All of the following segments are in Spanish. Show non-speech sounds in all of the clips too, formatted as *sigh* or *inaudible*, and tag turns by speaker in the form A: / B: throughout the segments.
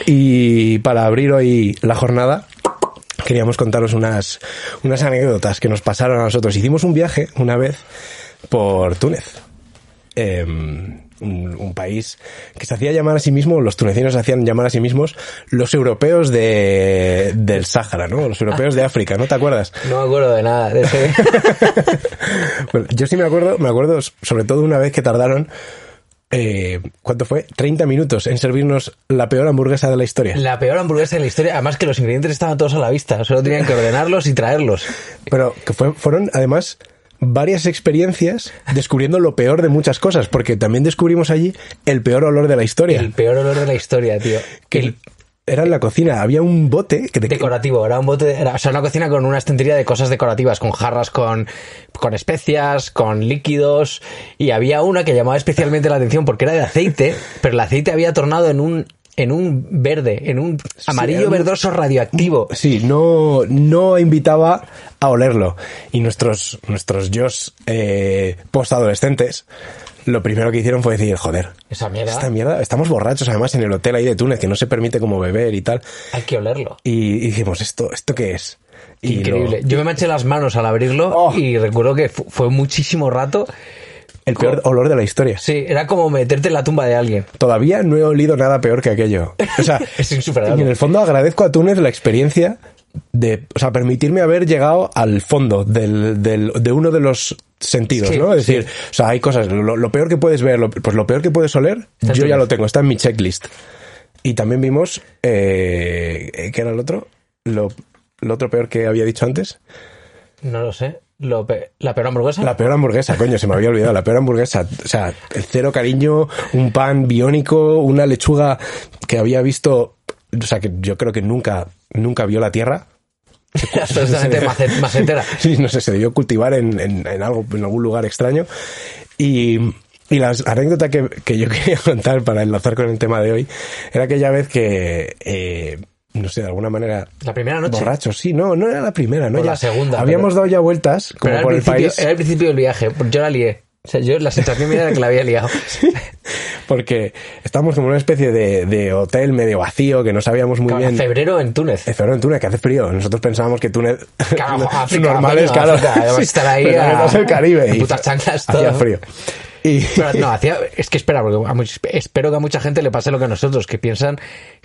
A: y para abrir hoy la jornada, queríamos contaros unas, unas anécdotas que nos pasaron a nosotros. Hicimos un viaje una vez por Túnez. Eh, un, un país que se hacía llamar a sí mismo, los tunecinos se hacían llamar a sí mismos los europeos de, del Sáhara, ¿no? Los europeos de África, ¿no te acuerdas?
B: No me acuerdo de nada. De ese...
A: *laughs* Bueno, yo sí me acuerdo, me acuerdo sobre todo una vez que tardaron, eh, ¿cuánto fue? 30 minutos en servirnos la peor hamburguesa de la historia.
B: La peor hamburguesa de la historia. Además que los ingredientes estaban todos a la vista. Solo tenían que ordenarlos y traerlos.
A: Pero que fue- fueron además varias experiencias descubriendo lo peor de muchas cosas, porque también descubrimos allí el peor olor de la historia.
B: El peor olor de la historia, tío.
A: que
B: El-
A: era en la cocina, había un bote que te-
B: decorativo, era un bote, era, o sea, una cocina con una estantería de cosas decorativas, con jarras con, con especias, con líquidos, y había una que llamaba especialmente la atención porque era de aceite, pero el aceite había tornado en un en un verde, en un amarillo
A: era un-
B: verdoso radioactivo.
A: *laughs* Sí, no, no invitaba a olerlo. Y nuestros, nuestros yos eh, postadolescentes, lo primero que hicieron fue decir, joder,
B: Esa mierda,
A: esta mierda, estamos borrachos además en el hotel ahí de Túnez, que no se permite como beber y tal.
B: hay que olerlo.
A: Y dijimos, ¿esto, esto qué es? Y
B: Increíble.
A: lo-
B: Yo me manché las manos al abrirlo
A: Oh.
B: y recuerdo que fu- fue muchísimo rato.
A: el peor olor de la historia.
B: Sí, era como meterte en la tumba de alguien.
A: Todavía no he olido nada peor que aquello. O sea,
B: *laughs* Es insuperable.
A: y En el fondo agradezco a Túnez la experiencia de, o sea, permitirme haber llegado al fondo del, del- de uno de los sentidos,
B: Sí,
A: ¿no? Es decir, o sea, hay cosas, lo, lo peor que puedes ver, lo- pues lo peor que puedes oler,
B: en
A: yo ya
B: Túnez.
A: lo tengo, está en mi checklist. Y también vimos, eh, eh, ¿qué era el otro? Lo, lo otro peor que había dicho antes.
B: No lo sé. Lo pe- la peor hamburguesa. *laughs*
A: La peor hamburguesa, coño, se me había olvidado. La peor hamburguesa. O sea, cero cariño, un pan biónico, una lechuga que había visto. O sea, que yo creo que nunca, nunca vio la tierra. *laughs*
B: Absolutamente mace- macetera.
A: Sí, no sé, se debió cultivar en, en- en algo, en algún lugar extraño. Y, y la anécdota que, que yo *laughs* quería contar para enlazar con el tema de hoy era aquella vez que, eh, no sé, de alguna manera.
B: La primera noche.
A: Borrachos, sí, no, no era la primera, ¿no?
B: O la segunda,
A: Habíamos dado ya vueltas, como
B: Pero
A: por
B: era,
A: el
B: el principio,
A: país.
B: era el principio del viaje. Yo la lié. O sea, yo la sensación mía era que la
A: *laughs*
B: había liado.
A: porque estamos como en una especie de, de hotel medio vacío que no sabíamos muy
B: Claro,
A: bien. Eh,
B: Febrero en Túnez.
A: Es febrero en Túnez, que hace frío. Nosotros pensábamos que Túnez
B: Claro,
A: *laughs*
B: África,
A: normal
B: coño,
A: es claro.
B: África, vamos a
A: sí,
B: estar ahí
A: pero
B: a-
A: es el Caribe.
B: en
A: y
B: putas chanclas,
A: Hacía
B: todo.
A: frío. Y,
B: Pero no, hacía, es que espera, porque a much- espero que a mucha gente le pase lo que a nosotros, que piensan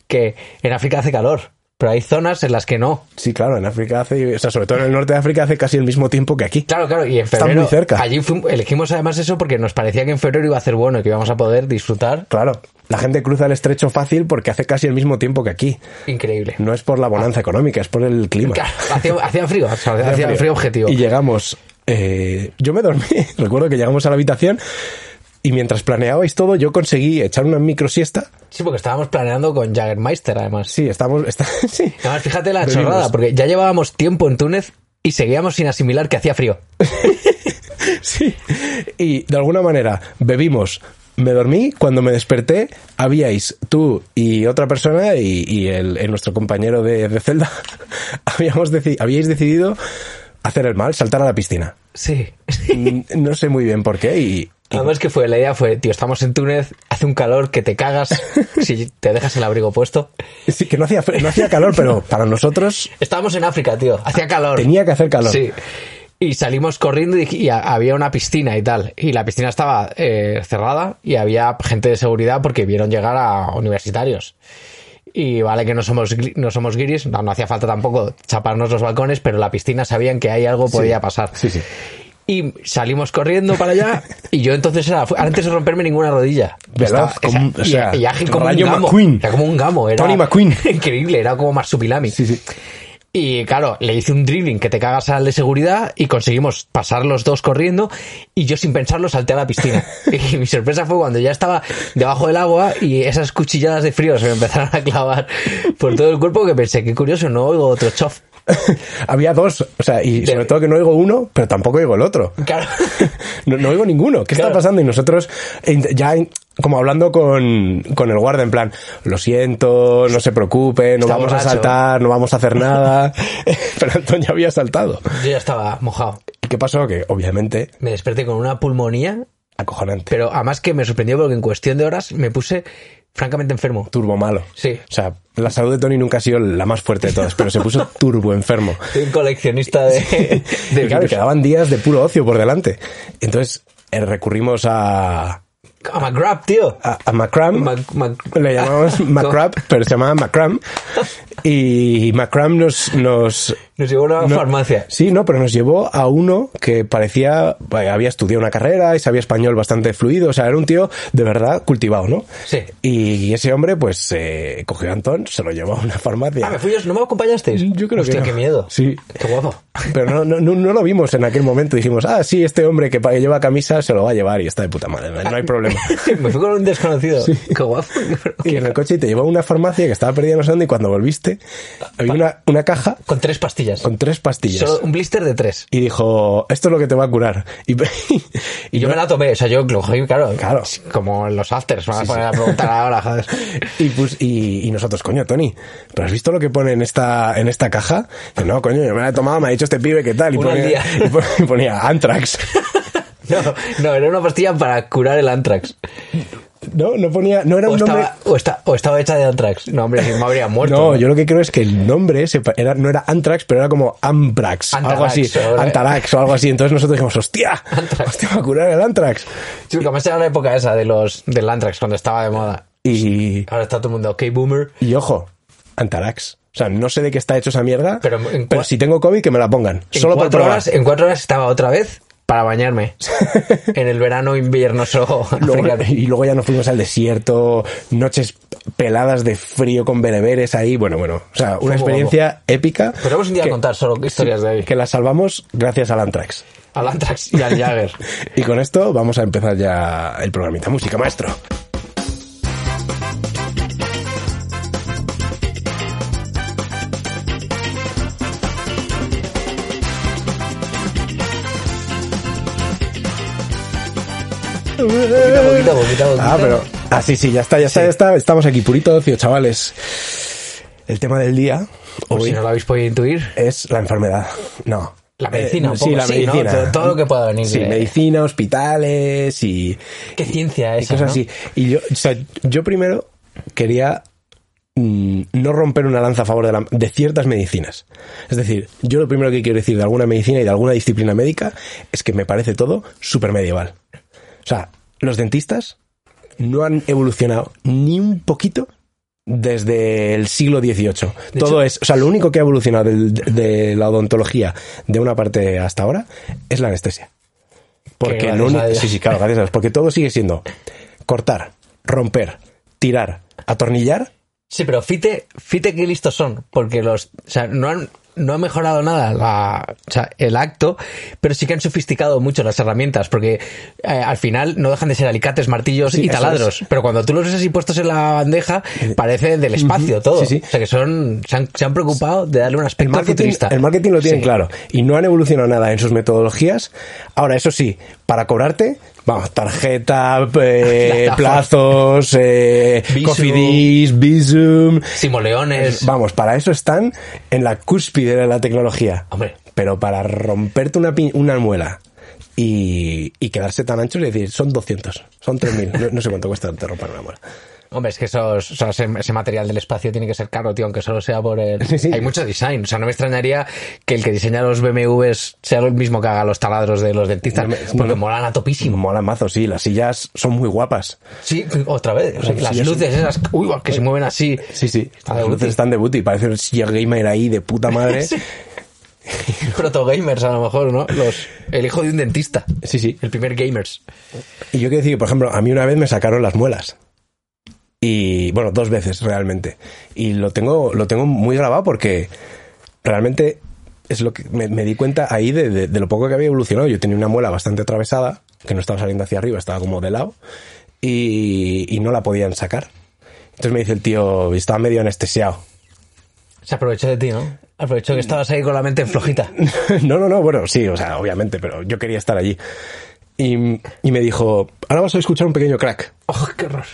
B: que en África hace calor, pero hay zonas en las que no.
A: *laughs* sí, claro, en África hace, o sea, sobre todo en el norte de África hace casi el mismo tiempo que aquí.
B: Claro, claro, y en
A: Están
B: febrero.
A: muy cerca.
B: Allí fuim- elegimos además eso porque nos parecía que en febrero iba a hacer bueno y que íbamos a poder disfrutar.
A: Claro, la gente cruza el estrecho fácil porque hace casi el mismo tiempo que aquí.
B: Increíble.
A: No es por la bonanza económica, es por el clima.
B: Claro, hacía, hacía frío,
A: *laughs*
B: o sea, hacía, frío. objetivo.
A: Y llegamos. eh, yo me dormí. *laughs* Recuerdo que llegamos a la habitación y mientras planeabais todo, yo conseguí echar una micro siesta.
B: Sí, porque estábamos planeando con Jaggermeister además.
A: Sí, estamos. está- *laughs* sí.
B: Además, fíjate la
A: Bebimos.
B: chorrada, porque ya llevábamos tiempo en Túnez y seguíamos sin asimilar que hacía frío.
A: Sí. Y de alguna manera bebimos. Me dormí, cuando me desperté, habíais tú y otra persona *laughs* y, y el, el nuestro compañero de, de celda, habíamos deci- habíais decidido hacer el mal, saltar a la
B: *laughs*
A: piscina.
B: Sí.
A: Mm, no sé muy bien por qué y...
B: Además que fue, la idea fue, tío, estamos en Túnez, hace un calor que te cagas si te dejas el abrigo puesto.
A: Sí, que no hacía, fre- no hacía calor, pero para nosotros
B: Estábamos en África, tío, hacía calor.
A: tenía que hacer calor.
B: Sí. Y salimos corriendo y, dij- y a- había una piscina y tal. Y la piscina estaba eh, cerrada y había gente de seguridad porque vieron llegar a universitarios. Y vale que no somos, gri- no somos guiris, no, no hacía falta tampoco chaparnos los balcones, pero la piscina sabían que ahí algo podía pasar.
A: Sí, sí.
B: Y salimos corriendo para allá y yo entonces era fu- antes de romperme ninguna rodilla. Yo
A: Veloz,
B: estaba-
A: como-
B: esa-
A: o sea,
B: y, y ágil como un
A: Rayo
B: gamo.
A: McQueen.
B: Era como un gamo, era
A: Tony McQueen.
B: *laughs* increíble, era como marsupilami.
A: Sí, sí.
B: Y claro, le hice un dribbling que te cagas al de seguridad y conseguimos pasar los dos corriendo y yo sin pensarlo salté a la *laughs* piscina. y mi sorpresa fue cuando ya estaba debajo del agua y esas cuchilladas de frío se me empezaron a clavar por todo el cuerpo que pensé, qué curioso, no oigo otro chof.
A: *laughs* Había dos, o sea, y sobre todo que no oigo uno, pero tampoco oigo el otro.
B: Claro.
A: *laughs* No, no oigo ninguno. ¿Qué
B: Claro.
A: está pasando? Y nosotros eh, ya eh, como hablando con, con el guarda, en plan, lo siento, no se preocupe, no
B: Está
A: vamos
B: borracho.
A: a saltar, no vamos a hacer
B: *laughs*
A: nada. *laughs* Pero Antonio había saltado.
B: Yo ya estaba mojado.
A: ¿Y qué pasó? Que obviamente,
B: Me desperté con una pulmonía,
A: acojonante.
B: pero además que me sorprendió porque en cuestión de horas me puse francamente enfermo.
A: Turbo malo.
B: Sí.
A: O sea, la salud de Tony nunca ha sido la más fuerte de todas, pero se
B: *laughs*
A: puso turbo enfermo.
B: Soy un coleccionista *laughs* de... de
A: Y claro,
B: virus.
A: quedaban días de puro ocio por delante. Entonces eh, recurrimos a,
B: A McGrath, tío.
A: a, a McCram.
B: Mac- Mac-
A: Le
B: *laughs*
A: llamamos McCrab, pero se llamaba McCram. Y McCram nos... nos
B: Nos llevó a una
A: no-
B: farmacia.
A: Sí, no, pero nos llevó a uno que parecía... Había estudiado una carrera y sabía español bastante fluido. O sea, era un tío de verdad cultivado, ¿no?
B: Sí.
A: Y ese hombre, pues, eh, cogió a Antón, se lo llevó a una farmacia.
B: Ah, me fui yo, ¿no me acompañasteis?
A: Yo creo
B: Hostia,
A: que no.
B: qué miedo.
A: Sí.
B: Qué guapo. *laughs*
A: Pero no, no, no, no lo vimos en aquel momento. Dijimos, ah, sí, este hombre que pa- lleva camisa se lo va a llevar y está de puta madre. No hay
B: *laughs*
A: problema.
B: me fui con un desconocido. Qué guapo.
A: Y en el coche te llevó a una farmacia que estaba perdida no sé dónde y cuando volviste había una, una caja
B: Con tres pastillas.
A: con tres pastillas.
B: Solo un blister de tres.
A: Y dijo, esto es lo que te va a curar. Y, *laughs*
B: Y yo me la tomé, o sea, yo lo cogí, claro,
A: Claro.
B: como en los afters, me van a poner a preguntar
A: *laughs*
B: ahora, joder.
A: y, pues- y- y nosotros, coño, Tony, ¿pero has visto lo que pone en esta, en esta caja? Dice, no, coño, yo me la he tomado, me ha dicho este pibe que tal. Y
B: Una al
A: ponía, *laughs*
B: día.
A: y pon- y ponía Antrax.
B: No, no, era una pastilla para curar el antrax.
A: No, no ponía, no era
B: O
A: un nombre.
B: estaba, o, esta- o estaba hecha de antrax. No, hombre, si me habría muerto.
A: No, yo lo que creo es que el nombre se pa- era, no era Antrax, pero era como Ambrax,
B: Antarax,
A: algo así,
B: o-
A: Antarax o algo así. Entonces nosotros dijimos, hostia, hostia, va a curar el Antrax.
B: Sí, que además era la época esa de los, del antrax, cuando estaba de moda.
A: Y,
B: Ahora está todo el mundo, ok, boomer.
A: y ojo, Antarax. O sea, no sé de qué está hecho esa mierda,
B: Pero
A: pero,
B: en cua-
A: si tengo COVID, que me la pongan.
B: En
A: Solo por
B: cuatro
A: probar.
B: horas, en cuatro horas estaba otra vez
A: *laughs*
B: para bañarme. en el verano, invierno, *laughs* solo
A: Luego-
B: africano.
A: *laughs* y luego ya nos fuimos al desierto, noches peladas de frío con bereberes ahí. Bueno, bueno, o sea, una
B: muy
A: experiencia épica.
B: Podríamos un día
A: que-
B: contar solo historias de ahí.
A: Que la salvamos gracias al Antrax.
B: Al Antrax y
A: *laughs*
B: al Jagger.
A: Y con esto vamos a empezar ya el programita Música Maestro.
B: poquito, a poquito, a poquito.
A: Ah, pero. Ah, sí, sí, ya está, ya está, ya está. Estamos aquí, purito ocio, chavales. El tema del día
B: O
A: hoy
B: si no lo habéis podido intuir,
A: es la enfermedad. No.
B: la medicina,
A: Eh,
B: un poco.
A: sí, la
B: sí, ¿no?
A: medicina.
B: Todo- Todo lo que pueda venir.
A: Sí,
B: de-
A: medicina, hospitales y,
B: Qué ciencia
A: y
B: es.
A: cosas así. Y yo, o sea, yo primero quería mm, no romper una lanza a favor de, la- de ciertas medicinas. Es decir, yo lo primero que quiero decir de alguna medicina y de alguna disciplina médica es que me parece todo súper medieval. O sea, los dentistas no han evolucionado ni un poquito desde el siglo XVIII. todo es, o sea, lo único que ha evolucionado del- de, la odontología de una parte hasta ahora es la anestesia. Porque
B: gracias
A: lo
B: a
A: único,
B: Dios.
A: sí, sí, claro, gracias a Dios, porque todo sigue siendo cortar, romper, tirar, atornillar.
B: Sí, pero fíjate, fíjate qué listos son, porque los, o sea, no han, no ha mejorado nada la, o sea, el acto, pero sí que han sofisticado mucho las herramientas, porque eh, al final no dejan de ser alicates, martillos
A: Sí,
B: y
A: eso Eh,
B: taladros, pero cuando tú los ves así puestos en la bandeja, parece del espacio todo.
A: sí, sí.
B: O sea, que son, se han, se han preocupado de darle un
A: El
B: aspecto
A: marketing,
B: futurista.
A: el marketing lo tienen
B: Sí.
A: claro y no han evolucionado nada en sus metodologías. Ahora, eso sí, para cobrarte, vamos, tarjeta, eh,
B: Plataforma.
A: plazos, eh,
B: Bizum.
A: Coffee Dis, Bizum,
B: Simoleones.
A: Vamos, para eso están en la cúspide de la tecnología.
B: Hombre.
A: Pero para romperte una, pi- una muela y, y quedarse tan ancho, es decir, son 200, son 3.000. No, no sé cuánto cuesta te romper una muela.
B: Hombre, es que esos, o sea, ese, ese material del espacio tiene que ser caro, tío, aunque solo sea por el...
A: Sí, sí.
B: Hay mucho design. O sea, no me extrañaría que el que diseña los BMWs sea el mismo que haga los taladros de los dentistas,
A: No me-
B: porque
A: no-
B: molan a
A: Y
B: topísimo.
A: mola mazo, sí, las sillas son muy guapas.
B: Sí, otra vez. O sea, que
A: Sí,
B: las
A: sí.
B: luces esas, uy, guau, que se mueven así.
A: Sí, sí,
B: Está de
A: las luces
B: booty.
A: están de booty, parece un silla gamer ahí de puta madre.
B: Sí. *laughs* Proto-gamers, a lo mejor, ¿no? Los, el hijo de un dentista.
A: Sí, sí.
B: El primer gamers.
A: Y yo quiero decir que, por ejemplo, a mí una vez me sacaron las muelas. Y bueno, dos veces realmente. Y lo tengo, lo tengo muy grabado porque realmente es lo que me, me di cuenta ahí de, de- de lo poco que había evolucionado. Yo tenía una muela bastante atravesada, que no estaba saliendo hacia arriba, estaba como de lado, y, y no la podían sacar. Entonces me dice el tío, estaba medio anestesiado. *laughs*
B: Se aprovechó de ti, ¿no? Aprovechó que estabas ahí con la
A: *laughs*
B: mente flojita.
A: no, no, no, bueno, sí, o sea, obviamente, pero yo quería estar allí. Y, y me dijo, ahora vas a escuchar un pequeño crack.
B: ¡Oh, qué horror!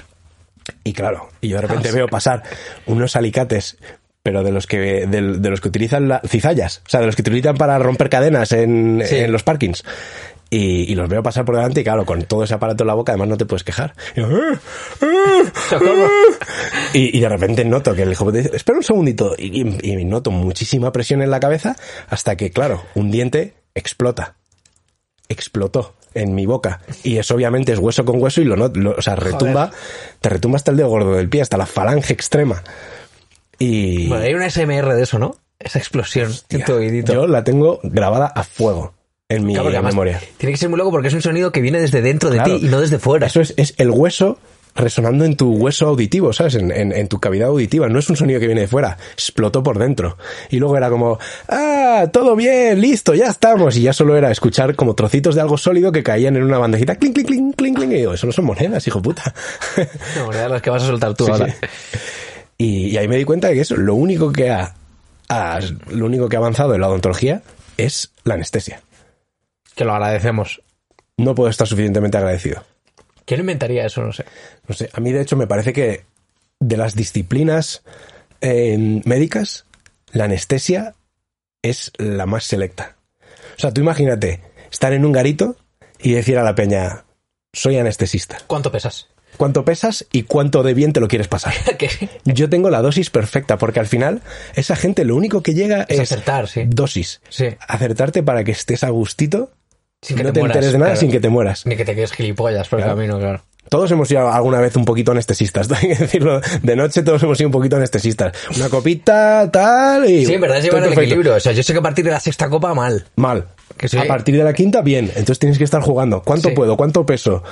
A: Y claro, y yo de repente veo pasar unos alicates, pero de los que de, de los que utilizan la, cizallas, o sea, de los que utilizan para romper cadenas en,
B: Sí.
A: en los parkings. Y, y los veo pasar por delante y claro, con todo ese aparato en la boca, además no te puedes quejar. Y, yo, "Eh, eh, eh". Y- y de repente noto que el hijo dice, espera un segundito, y, y- y noto muchísima presión en la cabeza hasta que, claro, un diente explota. Explotó en mi boca. Y eso obviamente es hueso con hueso y lo, not- lo- o sea, retumba, te retumba hasta el dedo gordo del pie, hasta la falange extrema. Y
B: Bueno, hay una SMR de eso, ¿no? Esa explosión en tu oídito.
A: yo la tengo grabada a fuego en mi
B: Claro, porque además
A: memoria.
B: Tiene que ser muy loco porque es un sonido que viene desde dentro de
A: Claro.
B: ti y no desde fuera.
A: Eso es, es el hueso resonando en tu hueso auditivo, ¿sabes? En, en- en tu cavidad auditiva. No es un sonido que viene de fuera. Explotó por dentro. Y luego era como, ah, todo bien, listo, ya estamos. Y ya solo era escuchar como trocitos de algo sólido que caían en una bandejita. Clink, clink, clink, clink, clink. Y digo, eso no son monedas, hijo puta. *laughs*
B: No, una de las que vas a soltar tú
A: Sí,
B: ahora.
A: sí. Y, y ahí me di cuenta de que eso, lo único que ha, ha- lo único que ha avanzado en la odontología es la anestesia.
B: Que lo agradecemos.
A: No puedo estar suficientemente agradecido.
B: ¿Quién inventaría eso? No sé.
A: No sé, a mí de hecho me parece que de las disciplinas eh, médicas, la anestesia es la más selecta. O sea, tú imagínate estar en un garito y decir a la peña, soy anestesista.
B: ¿Cuánto pesas?
A: ¿Cuánto pesas y cuánto de bien te lo quieres pasar?
B: *laughs* ¿Qué?
A: Yo tengo la dosis perfecta porque al final esa gente lo único que llega
B: Es
A: es,
B: acertar, sí.
A: dosis.
B: Sí.
A: Acertarte para que estés a gustito,
B: Sin que
A: no te,
B: mueras,
A: enteres de nada
B: claro.
A: sin que te mueras.
B: Ni que te quedes gilipollas por
A: Claro.
B: el camino, claro.
A: Todos hemos sido alguna vez un poquito anestesistas, *laughs* hay que decirlo. De noche todos hemos sido un poquito anestesistas. Una copita, tal y...
B: Sí, en verdad es llevar
A: todo
B: el
A: perfecto.
B: equilibrio. O sea, yo sé que a partir de la sexta copa, mal.
A: Mal.
B: Que sí.
A: A partir de la quinta, bien. Entonces tienes que estar jugando. ¿Cuánto
B: Sí.
A: puedo? ¿Cuánto peso?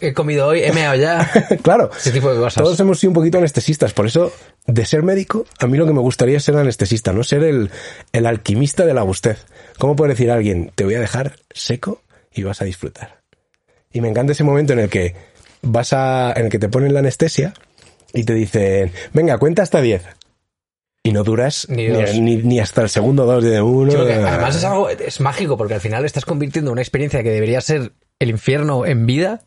B: He comido hoy, he meado ya.
A: *laughs* claro.
B: Ese tipo de cosas.
A: Todos hemos sido un poquito anestesistas. Por eso, de ser médico, a mí lo que me gustaría es ser anestesista, no ser el, el alquimista de la gustez. ¿Cómo puede decir a alguien, te voy a dejar seco y vas a disfrutar? Y me encanta ese momento en el que vas a, en el que te ponen la anestesia y te dicen, venga, cuenta hasta 10. Y no duras ni,
B: Ni dos.
A: ni- ni hasta el segundo dos de uno.
B: Sí, porque además es algo, es mágico, porque al final estás convirtiendo una experiencia que debería ser el infierno en vida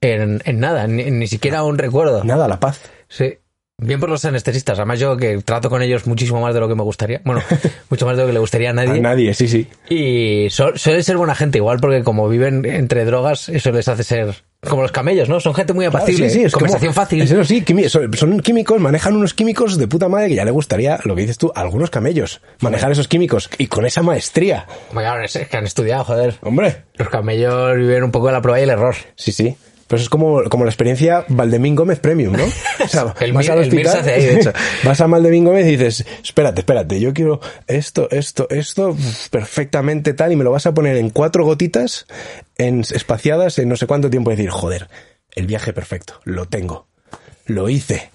B: en, en nada, ni, ni siquiera un recuerdo.
A: Nada, la paz.
B: Sí. Bien por los anestesistas. Además, yo que trato con ellos muchísimo más de lo que me gustaría.
A: *laughs*
B: Bueno, mucho más de lo que le gustaría a
A: A
B: nadie.
A: nadie, sí, sí.
B: Y su- suelen ser buena gente, igual porque como viven entre drogas, eso les hace ser como los camellos, ¿no? Son gente muy
A: Claro,
B: apacible,
A: sí, sí, es
B: ¿eh? conversación
A: como-
B: fácil.
A: es Eso sí, quimi- son, son químicos, manejan unos químicos de puta madre que ya le gustaría, lo que dices tú, a algunos camellos, manejar esos químicos y con esa maestría.
B: Hombre, claro, es- es que han estudiado, joder.
A: Hombre,
B: Los camellos viven un poco de la prueba y el error.
A: sí, sí. Pero eso es como, como la experiencia Valdemín Gómez Premium,
B: *laughs*
A: ¿no? O sea,
B: El Mir- el Mir se hace ahí, de hecho.
A: *laughs* vas a Valdemín Gómez y dices, espérate, espérate, yo quiero esto, esto, esto, uf, perfectamente tal, y me lo vas a poner en cuatro gotitas, en, espaciadas en no sé cuánto tiempo, y decir, joder, el viaje perfecto, lo tengo, lo hice.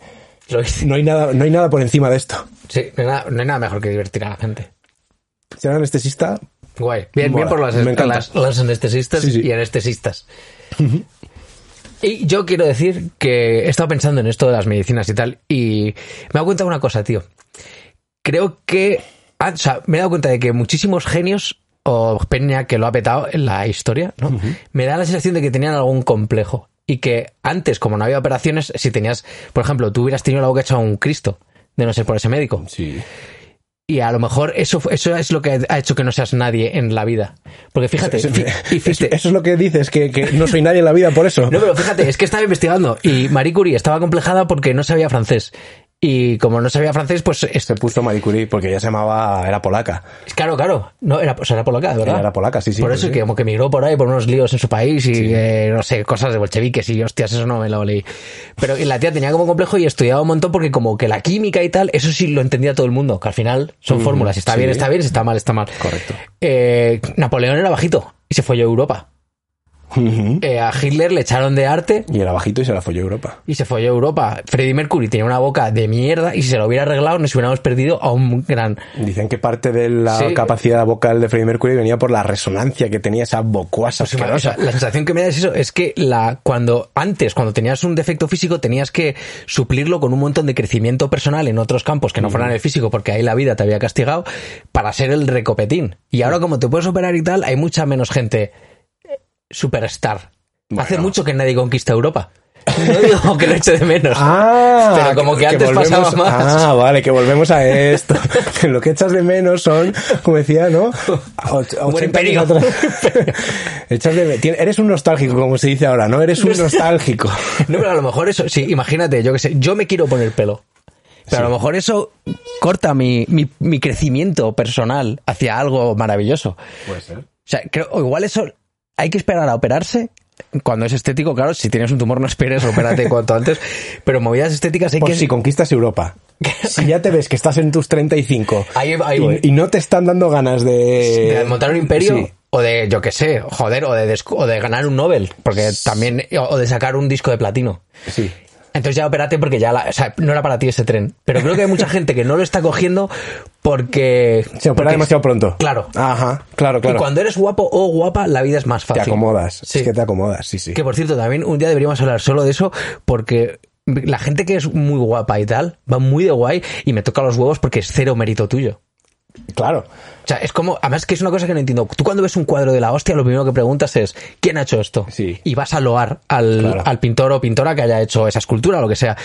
B: Lo hice.
A: No hay nada, no hay nada por encima de esto.
B: Sí, no hay, nada, no hay nada mejor que divertir a la gente.
A: Ser anestesista,
B: Guay. Bien, bien
A: Mola,
B: por las,
A: me encanta.
B: las- las anestesistas
A: Sí, sí.
B: y anestesistas. Y yo quiero decir que he estado pensando en esto de las medicinas y tal, y me he dado cuenta de una cosa, tío. Creo que. ah, o sea, me he dado cuenta de que muchísimos genios o Peña que lo ha petado en la historia, ¿no? Me da la sensación de que tenían algún complejo. Y que antes, como no había operaciones, si tenías, por ejemplo, tú hubieras tenido la boca hecha un Cristo, de no ser por ese médico.
A: sí.
B: Y a lo mejor eso, fu- eso es lo que ha hecho que no seas nadie en la vida. Porque fíjate,
A: Eso, *laughs*
B: fi- y fíjate,
A: eso es lo que dices, que, que no soy nadie en la vida por eso.
B: No, pero fíjate, es que estaba investigando y Marie Curie estaba complejada porque no sabía francés. Y como no sabía francés, pues es-
A: Se puso Marie Curie porque ella se llamaba, era polaca.
B: es- claro, claro. No, era, o sea, era polaca, ¿verdad?
A: Era polaca, sí, sí,
B: Por
A: pues
B: eso
A: sí.
B: que como que migró por ahí por unos líos en su país y eh, no sé, cosas de bolcheviques y hostias, eso no me lo leí. Pero y la tía tenía como complejo y estudiaba un montón porque como que la química y tal, eso sí lo entendía todo el mundo, que al final son fórmulas, si está
A: sí.
B: bien, está bien, si está mal, está mal.
A: Correcto.
B: Eh, Napoleón era bajito y se fue a Europa.
A: Ujú.
B: Eh, a Hitler le echaron de arte
A: Y era bajito y se la folló Europa.
B: y se fue a Europa. Freddie Mercury tenía una boca de mierda y si se lo hubiera arreglado nos hubiéramos perdido a un gran...
A: Dicen que parte de la
B: Sí.
A: capacidad vocal de Freddie Mercury venía por la resonancia que tenía esa bocuasa
B: Pues, o
A: asquerosa.
B: sea, *laughs* la sensación que me da es eso, es que la, cuando antes, cuando tenías un defecto físico, tenías que suplirlo con un montón de crecimiento personal en otros campos que no fueran el físico, porque ahí la vida te había castigado, para ser el recopetín. Y ahora como te puedes operar y tal, hay mucha menos gente eh, superstar. Hace
A: Bueno.
B: mucho que nadie conquista Europa. *laughs* No digo que lo eche de menos.
A: Ah,
B: Pero como que antes pasaba más.
A: Ah, vale, que volvemos a esto. *laughs* Que lo que echas de menos son, como decía,
B: *laughs*
A: ¿no? A och- a
B: Un buen
A: 80 años
B: imperio. *laughs*
A: atrás. Echas de me- tien- Eres un nostálgico, como se dice ahora, ¿no?
B: *laughs*
A: Eres un nostálgico.
B: No, pero a lo mejor eso, sí, imagínate, yo que sé, yo me quiero poner pelo. Pero a lo mejor eso corta mi, mi, mi crecimiento personal hacia algo maravilloso.
A: Puede ser.
B: O sea, creo, o igual eso hay que esperar a operarse. Cuando es estético, claro, si tienes un tumor no esperes, opérate cuanto antes. Pero movidas estéticas hay
A: Por
B: que...
A: si conquistas
B: *laughs*
A: Europa. Si ya te ves que estás en tus 35
B: Ahí- ahí voy.
A: y, y no te están dando ganas de...
B: de montar un imperio
A: Sí.
B: o de, yo qué sé, joder, o de, descu- o de ganar un Nobel, porque también, o o de sacar un disco de platino.
A: Sí.
B: Entonces ya opérate porque ya la- o sea, no era para ti ese tren. Pero creo que
A: *laughs*
B: hay mucha gente que no lo está cogiendo porque...
A: Se opera
B: porque-
A: demasiado pronto.
B: Claro.
A: Ajá, claro,
B: Y
A: claro.
B: cuando eres guapo o guapa, la vida es más
A: Te
B: fácil.
A: acomodas.
B: Sí.
A: Es que te acomodas, sí, sí.
B: Que por cierto, también un día deberíamos hablar solo de eso porque la gente que es muy guapa y tal, va muy de guay y me toca los huevos porque es cero mérito tuyo.
A: Claro.
B: O sea, es como, además que es una cosa que no entiendo. Tú cuando ves un cuadro de la hostia, lo primero que preguntas es, ¿quién ha hecho esto?
A: Sí.
B: Y vas a loar al,
A: Claro.
B: al pintor o pintora que haya hecho esa escultura o lo que sea.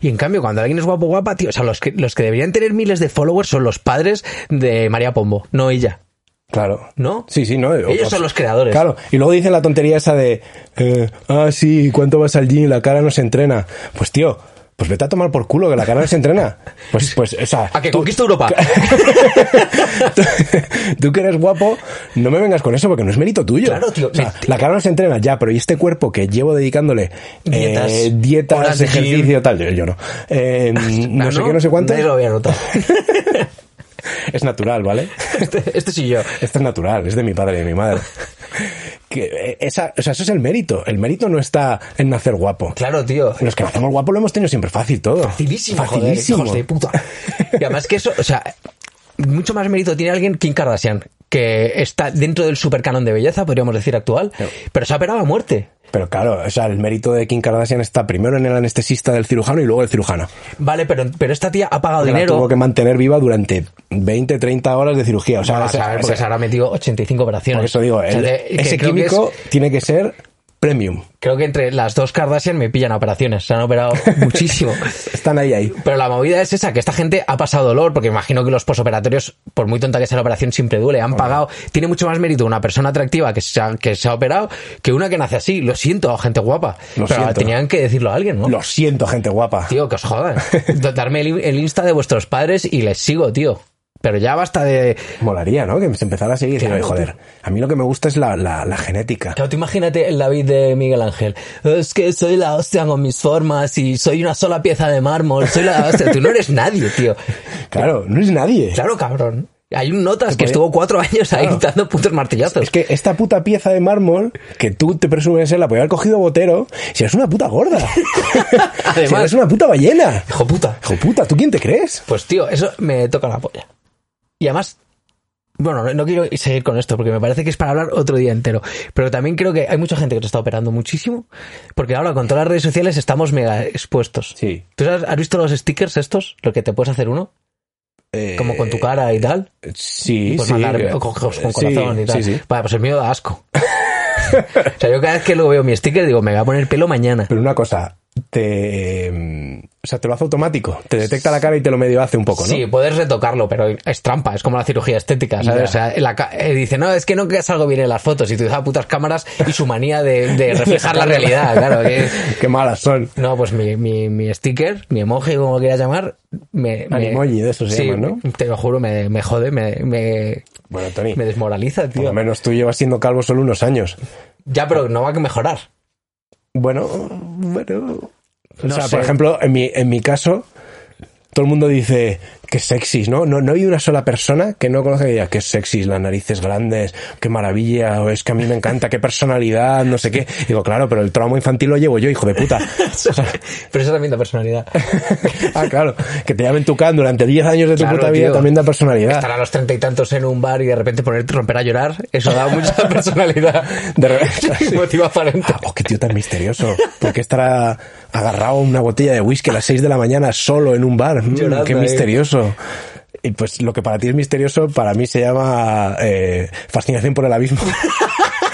B: Y en cambio, cuando alguien es guapo guapa, tío, o sea, los que, los que deberían tener miles de followers son los padres de María Pombo, no ella. *laughs*
A: Claro.
B: ¿No?
A: Sí, sí, no.
B: Ellos son los creadores.
A: Claro. Y luego dicen la tontería esa de, eh, ah, sí, ¿cuánto vas al gym? La cara no se entrena. Pues tío, pues vete a tomar por culo que la cara no se entrena. Pues, pues, o sea.
B: A que
A: tú-
B: conquista Europa.
A: *laughs* Tú que eres guapo, no me vengas con eso porque no es mérito tuyo.
B: Claro, tío.
A: O sea, la cara no se entrena ya, pero ¿y este cuerpo que llevo dedicándole
B: Dietas,
A: eh,
B: horas
A: dietas
B: de gym.
A: ejercicio, tal? Yo, yo no. Eh, no,
B: Ah,
A: sé qué, no sé cuánto.
B: Nadie lo había notado.
A: *laughs* Es natural, ¿vale?
B: Este, este sí yo.
A: Esto es natural, es de mi padre y de mi
B: *laughs*
A: madre. Que eh, esa, o sea, eso es el mérito. El mérito no está en nacer guapo.
B: Claro, tío.
A: Los que nacemos guapo lo hemos tenido siempre fácil todo.
B: Facilísimo, joder,
A: Facilísimo.
B: hijos de puta.
A: *laughs*
B: Y además que eso, o sea, mucho más mérito tiene alguien Kim Kardashian, que está dentro del supercanon de belleza, podríamos decir actual, pero se ha operado a muerte.
A: Pero claro, o sea, el mérito de Kim Kardashian está primero en el anestesista del cirujano y luego el cirujano.
B: Vale, pero, pero esta tía ha pagado
A: Que la
B: dinero.
A: tuvo que mantener viva durante 20, 30 horas de cirugía. O sea,
B: Bueno, a
A: ese-
B: saber, porque
A: ese-
B: se habrá metido 85 operaciones.
A: por eso digo,
B: O sea,
A: el-
B: de- que
A: ese
B: creo que es-
A: químico tiene que ser premium.
B: creo que entre las dos Kardashian me pillan operaciones. Se han operado
A: *laughs*
B: muchísimo.
A: Están ahí, ahí.
B: Pero la movida es esa, que esta gente ha pasado dolor, porque imagino que los posoperatorios, por muy tonta que sea la operación, siempre duele. Han pagado. Tiene mucho más mérito una persona atractiva que se ha, que se ha operado que una que nace así. Lo siento, gente guapa.
A: Lo
B: Pero
A: siento.
B: tenían que decirlo a alguien, ¿no?
A: Lo siento, gente guapa.
B: Tío, que os
A: *laughs*
B: jodan. Darme el, el insta de vuestros padres y les sigo, tío. Pero ya basta de...
A: Molaría, ¿no? Que se empezara a seguir.
B: Claro,
A: Ay, joder, a mí lo que me gusta es la, la- la genética.
B: Claro, tú imagínate el David de Miguel Ángel. Es que soy la hostia con mis formas y soy una sola pieza de mármol. Soy la hostia. Tú no eres nadie, tío.
A: Claro, no es nadie.
B: Claro, cabrón. Hay un Notas que
A: podía-
B: estuvo cuatro años ahí dando putos martillazos.
A: Es que esta puta pieza de mármol que tú te presumes ser la podía haber cogido botero, si eres una puta
B: *laughs*
A: gorda.
B: Además.
A: si eres una puta ballena.
B: Hijo puta.
A: Hijo puta, ¿tú quién te crees?
B: Pues tío, eso me toca la polla. Y además, bueno, no- no quiero seguir con esto porque me parece que es para hablar otro día entero. Pero también creo que hay mucha gente que se está operando muchísimo porque ahora con todas las redes sociales estamos mega expuestos.
A: Sí.
B: ¿Tú has, has visto los stickers estos? Lo que te puedes hacer uno, como con tu cara y tal.
A: Sí,
B: Pues
A: Eh, sí.
B: mandar
A: eh,
B: ojos con
A: sí,
B: corazón y tal.
A: sí, sí.
B: Vale, pues el
A: *laughs*
B: mío da asco. o sea, yo cada vez que lo veo mi sticker digo, me voy a poner pelo mañana.
A: Pero una cosa, te, mm, o sea, te lo hace automático, te detecta la cara y te lo medio hace un poco, ¿no?
B: Sí, puedes retocarlo, pero es trampa, es como la cirugía estética, ¿sabes?
A: Ya.
B: O sea, la ca- eh, dice, no, es que no que salgo bien en las fotos y tú dices, ah, putas cámaras y su manía de, de
A: *laughs*
B: reflejar la realidad, claro. que-
A: Qué malas son.
B: No, pues mi, mi, mi sticker, mi emoji, como lo quieras llamar, me... me-
A: Animoji, de eso se
B: sí,
A: llaman,
B: te lo juro, me, me jode, me, me,
A: Bueno, Tony,
B: me desmoraliza,
A: por
B: tío.
A: lo menos tú llevas siendo calvo solo unos años.
B: Ya, pero no va a mejorar. *laughs*
A: Bueno, bueno. o
B: No
A: sea,
B: sé.
A: por ejemplo, en mi, en mi caso, todo el mundo dice que sexys, ¿no? ¿no? No hay una sola persona que no conozca que diga que sexys, las narices grandes, qué maravilla, o es que a mí me encanta, qué personalidad, no sé qué. Digo, claro, pero el trauma infantil lo llevo yo, hijo de
B: *laughs*
A: puta. *laughs*
B: pero eso también da personalidad.
A: ah, claro, que te llamen tucán durante 10 años de tu
B: Claro,
A: puta vida
B: tío.
A: también da personalidad.
B: Estar a los treinta y tantos en un bar y de repente ponerte romper a llorar, eso da mucha *laughs* personalidad.
A: De
B: *laughs*
A: repente, sí.
B: Motivo aparente.
A: Ah, oh, qué tío tan misterioso. ¿Por qué estará agarrado a una botella de whisky a las 6 de la mañana solo en un bar? Mm,
B: Llorando
A: qué
B: ahí.
A: misterioso. Y pues lo que para ti es misterioso, para mí se llama eh, fascinación por el abismo. *laughs*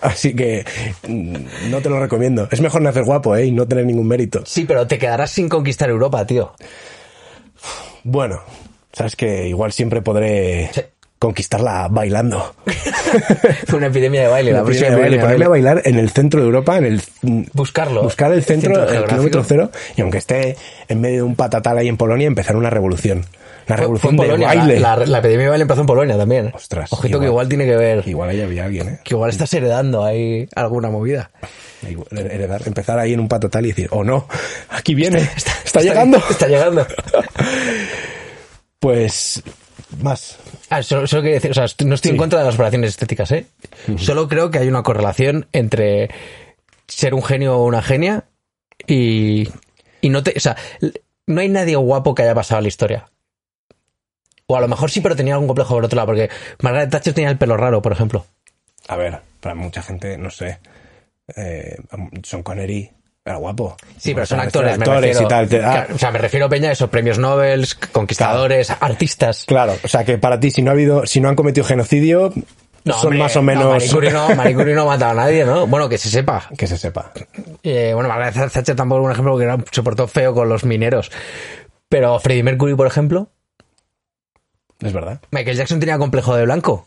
A: Así que mm, no te lo recomiendo. Es mejor nacer guapo, ¿eh? Y no tener ningún mérito.
B: Sí, pero te quedarás sin conquistar Europa, tío.
A: Bueno, sabes que igual siempre podré
B: Sí.
A: conquistarla
B: *laughs*
A: bailando.
B: Fue una epidemia de baile, la
A: La próxima de
B: próxima
A: baile,
B: epidemia de
A: ponerme a
B: baile.
A: bailar en el centro de Europa, en el
B: Buscarlo.
A: buscar el centro,
B: Centro
A: el
B: geográfico.
A: kilómetro cero, y aunque esté en medio de un patatal ahí en Polonia, empezar una revolución. La
B: Fue- fue
A: revolución
B: en
A: del
B: Polonia, la-
A: baile.
B: La, la epidemia de baile empezó en Polonia también.
A: Ostras,
B: Ojito que
A: igual.
B: igual tiene que ver.
A: Igual ahí había alguien, ¿eh?
B: Que igual estás heredando ahí alguna movida.
A: Igual, heredar- empezar ahí en un patatal y decir, oh no, aquí viene, está, llegando.
B: Está llegando.
A: Pues más.
B: Ah, solo, solo quería decir, o sea, est- no estoy en contra de las operaciones estéticas, ¿eh? Solo creo que hay una correlación entre ser un genio o una genia y, y no te, o sea, l- no hay nadie guapo que haya pasado a la historia. O a lo mejor sí, pero tenía algún complejo por otro lado, porque Margaret Thatcher tenía el pelo raro, por ejemplo.
A: A ver, para mucha gente, no sé. Eh, Sean Connery era guapo.
B: Sí, pero son
A: Bueno,
B: actores, me
A: actores
B: refiero,
A: y tal. te- ah,
B: claro, O sea, me refiero Peña a esos premios Nobel, conquistadores, artistas.
A: Claro, o sea que para ti, si no ha habido, si no han cometido genocidio,
B: No,
A: son
B: hombre,
A: más o
B: no,
A: menos.
B: Marie Curie no, Marie Curie no ha matado a nadie, ¿no? Bueno, que se sepa.
A: *laughs* que se sepa.
B: Eh, bueno, Margaret Thatcher tampoco es un ejemplo porque era- se portó feo con los mineros. Pero Freddie Mercury, por ejemplo,
A: Es verdad.
B: Michael Jackson tenía complejo de blanco.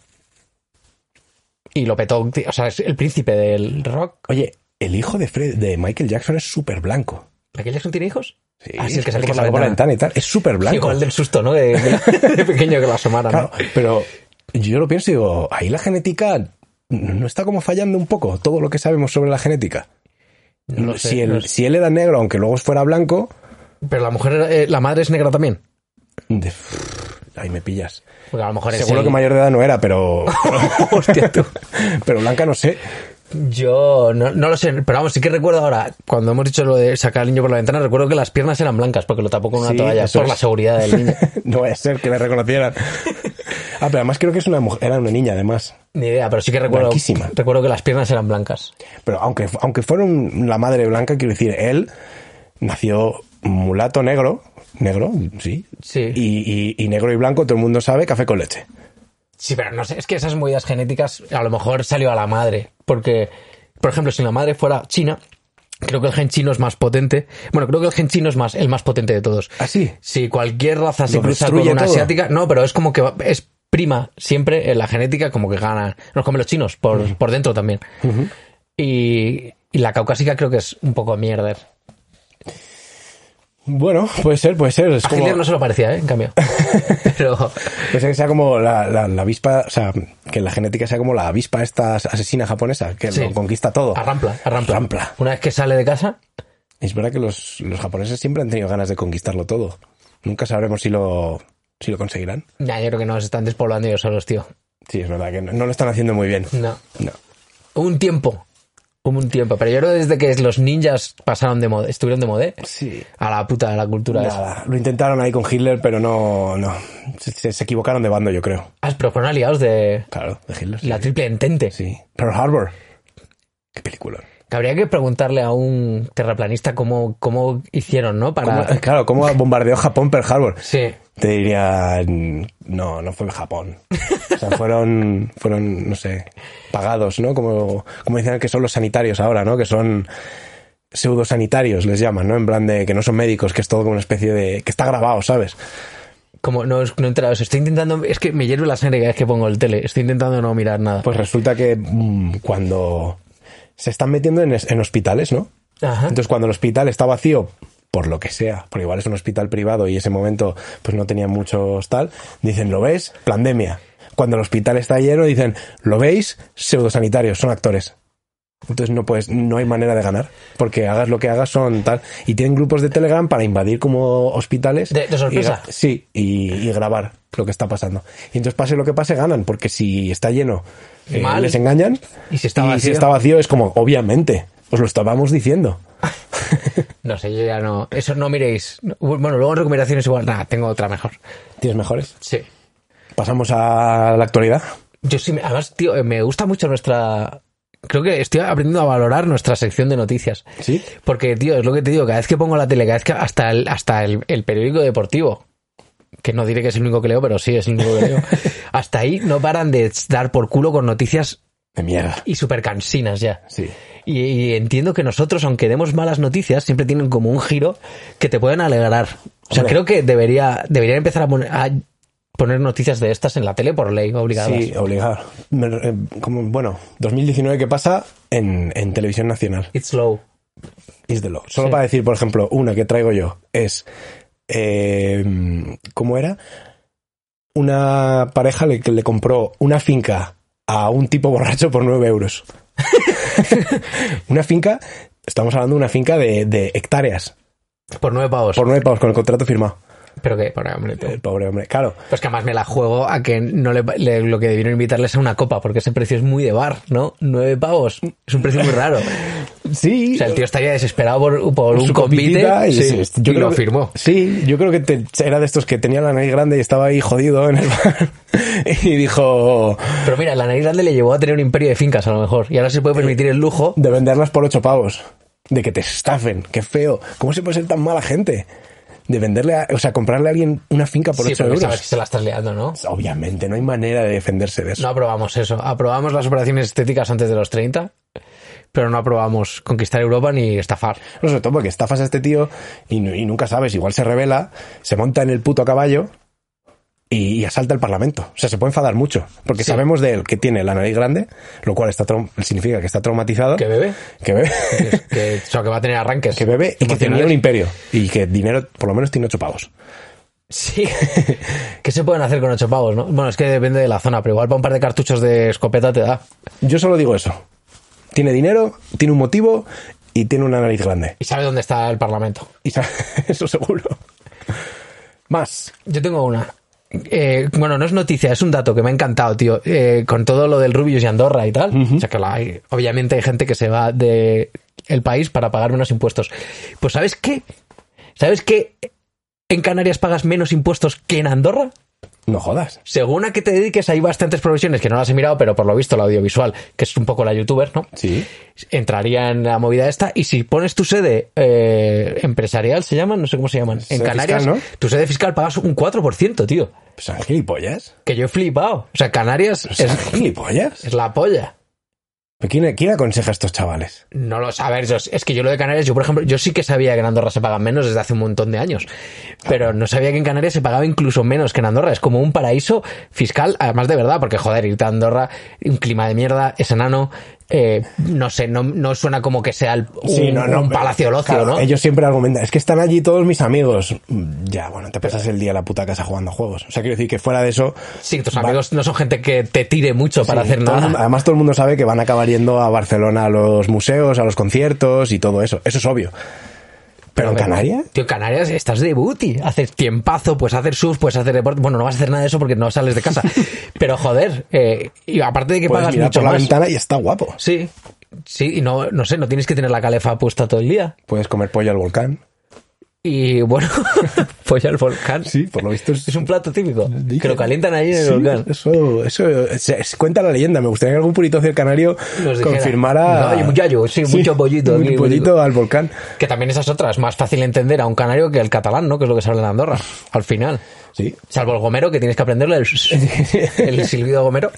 B: Y lo petó, tío, o sea, es el príncipe del rock.
A: Oye, el hijo de Fred, de Michael Jackson es súper blanco.
B: ¿Michael Jackson tiene hijos? Ah, sí, el que salió por la
A: por la
B: ventana.
A: ventana y tal. Es súper blanco.
B: Igual del susto, ¿no? De, de- de pequeño que lo asomaran.
A: Claro,
B: ¿no?
A: pero yo lo pienso y digo, ahí la genética no está como fallando un poco todo lo que sabemos sobre la genética.
B: No
A: No,
B: sé,
A: si, él,
B: no sé.
A: si él era negro, aunque luego fuera blanco,
B: Pero la mujer, eh, la madre es negra también.
A: de- ahí me pillas.
B: Porque a lo mejor es
A: Seguro
B: el-
A: que mayor de edad no era, pero.
B: *laughs* Hostia, tú.
A: *laughs* pero blanca no sé.
B: Yo no, no lo sé, pero vamos, sí que recuerdo ahora, cuando hemos dicho lo de sacar al niño por la ventana, recuerdo que las piernas eran blancas porque lo tapó con una
A: Sí,
B: toalla
A: eso
B: por
A: es.
B: la seguridad del
A: *laughs*
B: niño.
A: no vaya a ser que le
B: *laughs*
A: reconocieran. Ah, pero además creo que es una mujer, era una niña además.
B: Ni idea, pero sí que recuerdo,
A: Blanquísima.
B: recuerdo que las piernas eran blancas.
A: Pero aunque, aunque fuera un- la madre blanca, quiero decir, él nació mulato negro, negro, sí,
B: Sí.
A: y, y- y negro y blanco, todo el mundo sabe, café con leche.
B: Sí, pero no sé, es que esas movidas genéticas a lo mejor salió a la madre. Porque, por ejemplo, si la madre fuera china, creo que el gen chino es más potente. Bueno, creo que el gen chino es más, el más potente de todos.
A: ¿Ah, sí?
B: Si cualquier raza se
A: Lo
B: cruza con
A: destruye
B: una
A: todo.
B: asiática, no, pero es como que va- es prima siempre en la genética, como que gana, nos comen los chinos por, por dentro también. y, y la caucásica creo que es un poco mierder.
A: Bueno, puede ser, puede ser. Es
B: A
A: como,
B: Hitler no se lo parecía, ¿eh? en
A: *laughs*
B: cambio. pero
A: puede ser que sea como la, la- la avispa, o sea, que la genética sea como la avispa esta asesina japonesa, que
B: Sí.
A: lo conquista todo.
B: arrampla, arrampla.
A: Arrampla.
B: Una vez que sale de casa,
A: Es verdad que los, los japoneses siempre han tenido ganas de conquistarlo todo. Nunca sabremos si lo, si lo conseguirán.
B: ya yo creo que nos están despoblando ellos solos, tío.
A: Sí, es verdad que no, no lo están haciendo muy bien.
B: No.
A: No.
B: Hubo un tiempo. Hubo un tiempo. Pero yo creo que desde que los ninjas pasaron de moda, estuvieron de moda,
A: Sí.
B: a la puta de la cultura. esa.
A: Nada, lo intentaron ahí con Hitler, pero no, no. Se, se- se equivocaron de bando, yo creo.
B: Ah, pero fueron aliados de
A: Claro, de Hitler. Sí.
B: la triple entente.
A: Sí. Pearl Harbor. Qué película.
B: Que habría que preguntarle a un terraplanista cómo, cómo hicieron, ¿no? Para.
A: ¿Cómo- claro, ¿cómo bombardeó Japón Pearl Harbor?
B: Sí.
A: Te diría, no, no fue Japón. O sea, fueron, fueron, no sé, pagados, ¿no? Como, como dicen que son los sanitarios ahora, ¿no? Que son pseudosanitarios, les llaman, ¿no? En plan de que no son médicos, que es todo como una especie de... que está grabado, ¿sabes?
B: Como no, es- no he enterado, estoy intentando. Es que me hierve la sangre cada vez que pongo el tele. Estoy intentando no mirar nada.
A: Pues resulta que mm, cuando se están metiendo en, es- en hospitales, ¿no?
B: Ajá.
A: Entonces cuando el hospital está vacío, por lo que sea, porque igual es un hospital privado y ese momento pues no tenían muchos tal, dicen, ¿lo ves? Pandemia. Cuando el hospital está lleno, dicen, ¿lo veis? Pseudosanitarios, son actores. Entonces no puedes, no hay manera de ganar, porque hagas lo que hagas son tal. Y tienen grupos de Telegram para invadir como hospitales.
B: De- de sorpresa.
A: Y gra- sí, y, y grabar lo que está pasando. Y entonces pase lo que pase, ganan, porque si está lleno, eh,
B: Mal.
A: les engañan.
B: Y si está vacío.
A: está vacío, es como, obviamente, os lo estábamos diciendo.
B: No sé, yo ya no. Eso no miréis. Bueno, luego en recomendaciones igual. Nada, tengo otra mejor.
A: ¿Tienes mejores?
B: Sí.
A: Pasamos a la actualidad.
B: Yo sí, me- además, tío, eh, me gusta mucho nuestra. Creo que estoy aprendiendo a valorar nuestra sección de noticias.
A: Sí.
B: Porque, tío, es lo que te digo, cada vez que pongo la tele, cada vez que hasta el, hasta el, el periódico deportivo, que no diré que es el único que leo, pero sí es el único
A: *laughs*
B: que leo, hasta ahí no paran de dar por culo con noticias
A: De mierda.
B: y súper cansinas ya.
A: Sí.
B: Y, y entiendo que nosotros, aunque demos malas noticias, siempre tienen como un giro que te pueden alegrar. O sea,
A: Hombre.
B: creo que debería, debería empezar a, pon- a poner noticias de estas en la tele por ley, obligadas.
A: Sí, obligado. Me- eh, como, bueno, 2019 que pasa en, en televisión nacional.
B: It's slow.
A: Is the law. Solo
B: Sí.
A: para decir, por ejemplo, una que traigo yo es. eh, ¿Cómo era? Una pareja le, le compró una finca a un tipo borracho por 9 *laughs* euros. una finca, estamos hablando de una finca de, de hectáreas,
B: Por nueve pavos.
A: por Eh, 9 pavos, con el contrato firmado.
B: Pero que, por hombre, tú.
A: El pobre hombre, claro.
B: Pues que además me la juego a que no le, le- lo que debieron invitarles a una copa, porque ese precio es muy de bar, ¿no? Nueve pavos. Es un precio muy raro.
A: Sí.
B: O sea, el tío estaría desesperado por, por un
A: su
B: convite
A: copitita
B: sí,
A: sí,
B: y
A: creo
B: lo
A: que-
B: firmó.
A: Sí, yo creo que te- era de estos que tenía la nariz grande y estaba ahí jodido en el bar. *laughs* y dijo,
B: Pero mira, la nariz grande le llevó a tener un imperio de fincas, a lo mejor. Y ahora se puede permitir el lujo.
A: de venderlas por ocho pavos. De que te estafen, qué feo. ¿Cómo se puede ser tan mala gente? De venderle, a- o sea, comprarle a alguien una finca por
B: Sí,
A: ocho
B: porque
A: euros.
B: sabes que se la estás liando, ¿no?
A: Obviamente, no hay manera de defenderse de eso.
B: No aprobamos eso. Aprobamos las operaciones estéticas antes de los 30, pero no aprobamos conquistar Europa ni estafar.
A: No, sobre todo porque estafas a este tío y, nu- y nunca sabes, igual se revela, se monta en el puto caballo y, y asalta el Parlamento. O sea, se puede enfadar mucho, porque
B: Sí.
A: sabemos de él que tiene la nariz grande, lo cual está trau- significa que está traumatizado,
B: ¿Qué bebé?
A: que bebe, *laughs*
B: que, o sea, que va a tener arranques.
A: ¿Ah? que bebe y que tenía
B: emocionales.
A: un imperio y que dinero, por lo menos, tiene ocho pavos.
B: Sí. *laughs* ¿Qué se pueden hacer con ocho pavos, no? Bueno, es que depende de la zona, pero igual para un par de cartuchos de escopeta te da.
A: Yo solo digo eso. Tiene dinero, tiene un motivo y tiene una nariz grande.
B: Y sabe dónde está el Parlamento.
A: Y sa- *laughs* eso seguro. Más.
B: Yo tengo una. Eh, bueno, no es noticia, es un dato que me ha encantado, tío. Eh, con todo lo del Rubius y Andorra y tal. O sea, que la- hay- obviamente hay gente que se va de el país para pagar menos impuestos. Pues ¿sabes qué? ¿Sabes qué? En Canarias pagas menos impuestos que en Andorra.
A: No jodas.
B: Según a qué te dediques, hay bastantes profesiones que no las he mirado, pero por lo visto la audiovisual, que es un poco la youtuber, ¿no?
A: Sí.
B: entraría en la movida esta y si pones tu sede eh, empresarial, se llaman, no sé cómo se llaman, en
A: Sede
B: Canarias,
A: fiscal, ¿no?
B: tu sede fiscal pagas un 4%, tío.
A: Pues son gilipollas.
B: Que yo he flipado. O sea, Canarias
A: Son
B: es,
A: gilipollas.
B: es la polla.
A: ¿Pero ¿Quién, quién aconseja a estos chavales?
B: No lo sabes, yo- es que yo lo de Canarias, yo por ejemplo, yo sí que sabía que en Andorra se pagan menos desde hace un montón de años, pero no sabía que en Canarias se pagaba incluso menos que en Andorra, es como un paraíso fiscal, además de verdad, porque joder, irte a Andorra, un clima de mierda, es enano, eh, no sé, no, no suena como que sea el- un, un
A: pero-
B: palacio del ocio,
A: claro,
B: ¿no?
A: Ellos siempre argumentan, es que están allí todos mis amigos. Mm, Ya, bueno, te pasas el día en la puta casa jugando a juegos. O sea, quiero decir que fuera de eso...
B: Sí, tus
A: va-
B: amigos no son gente que te tire mucho para
A: Sí,
B: hacer
A: todo el
B: nada.
A: mundo- además, todo el mundo sabe que van a acabar yendo a Barcelona a los museos, a los conciertos y todo eso. Eso es obvio. Pero en
B: Hombre,
A: Canarias,
B: Tío, en Canarias estás de booty. Haces tiempazo, puedes hacer surf, puedes hacer deporte. Bueno, no vas a hacer nada de eso porque no sales de
A: *laughs*
B: casa. Pero joder, eh, y aparte de que
A: puedes
B: pagas
A: mirar
B: mucho
A: por la
B: más.
A: ventana y está guapo.
B: Sí, sí, y no, no sé, no tienes que tener la calefa puesta todo el día.
A: Puedes comer pollo al volcán.
B: Y bueno, *laughs* pollo al volcán.
A: Sí, por lo visto es,
B: Es un plato típico. Que lo calientan ahí en el
A: Sí,
B: volcán.
A: Eso, eso se, se cuenta la leyenda. Me gustaría que algún purito del canario
B: Nos dijera,
A: confirmara.
B: "No, hay mucho gallo, sí, mucho pollito
A: un
B: aquí,
A: pollito
B: pollito".
A: al volcán.
B: Que también esas otras, más fácil entender a un canario que el catalán, ¿no? Que es lo que se habla en Andorra, al final.
A: Sí.
B: *laughs* Salvo el gomero, que tienes que aprenderle el, el silbido gomero.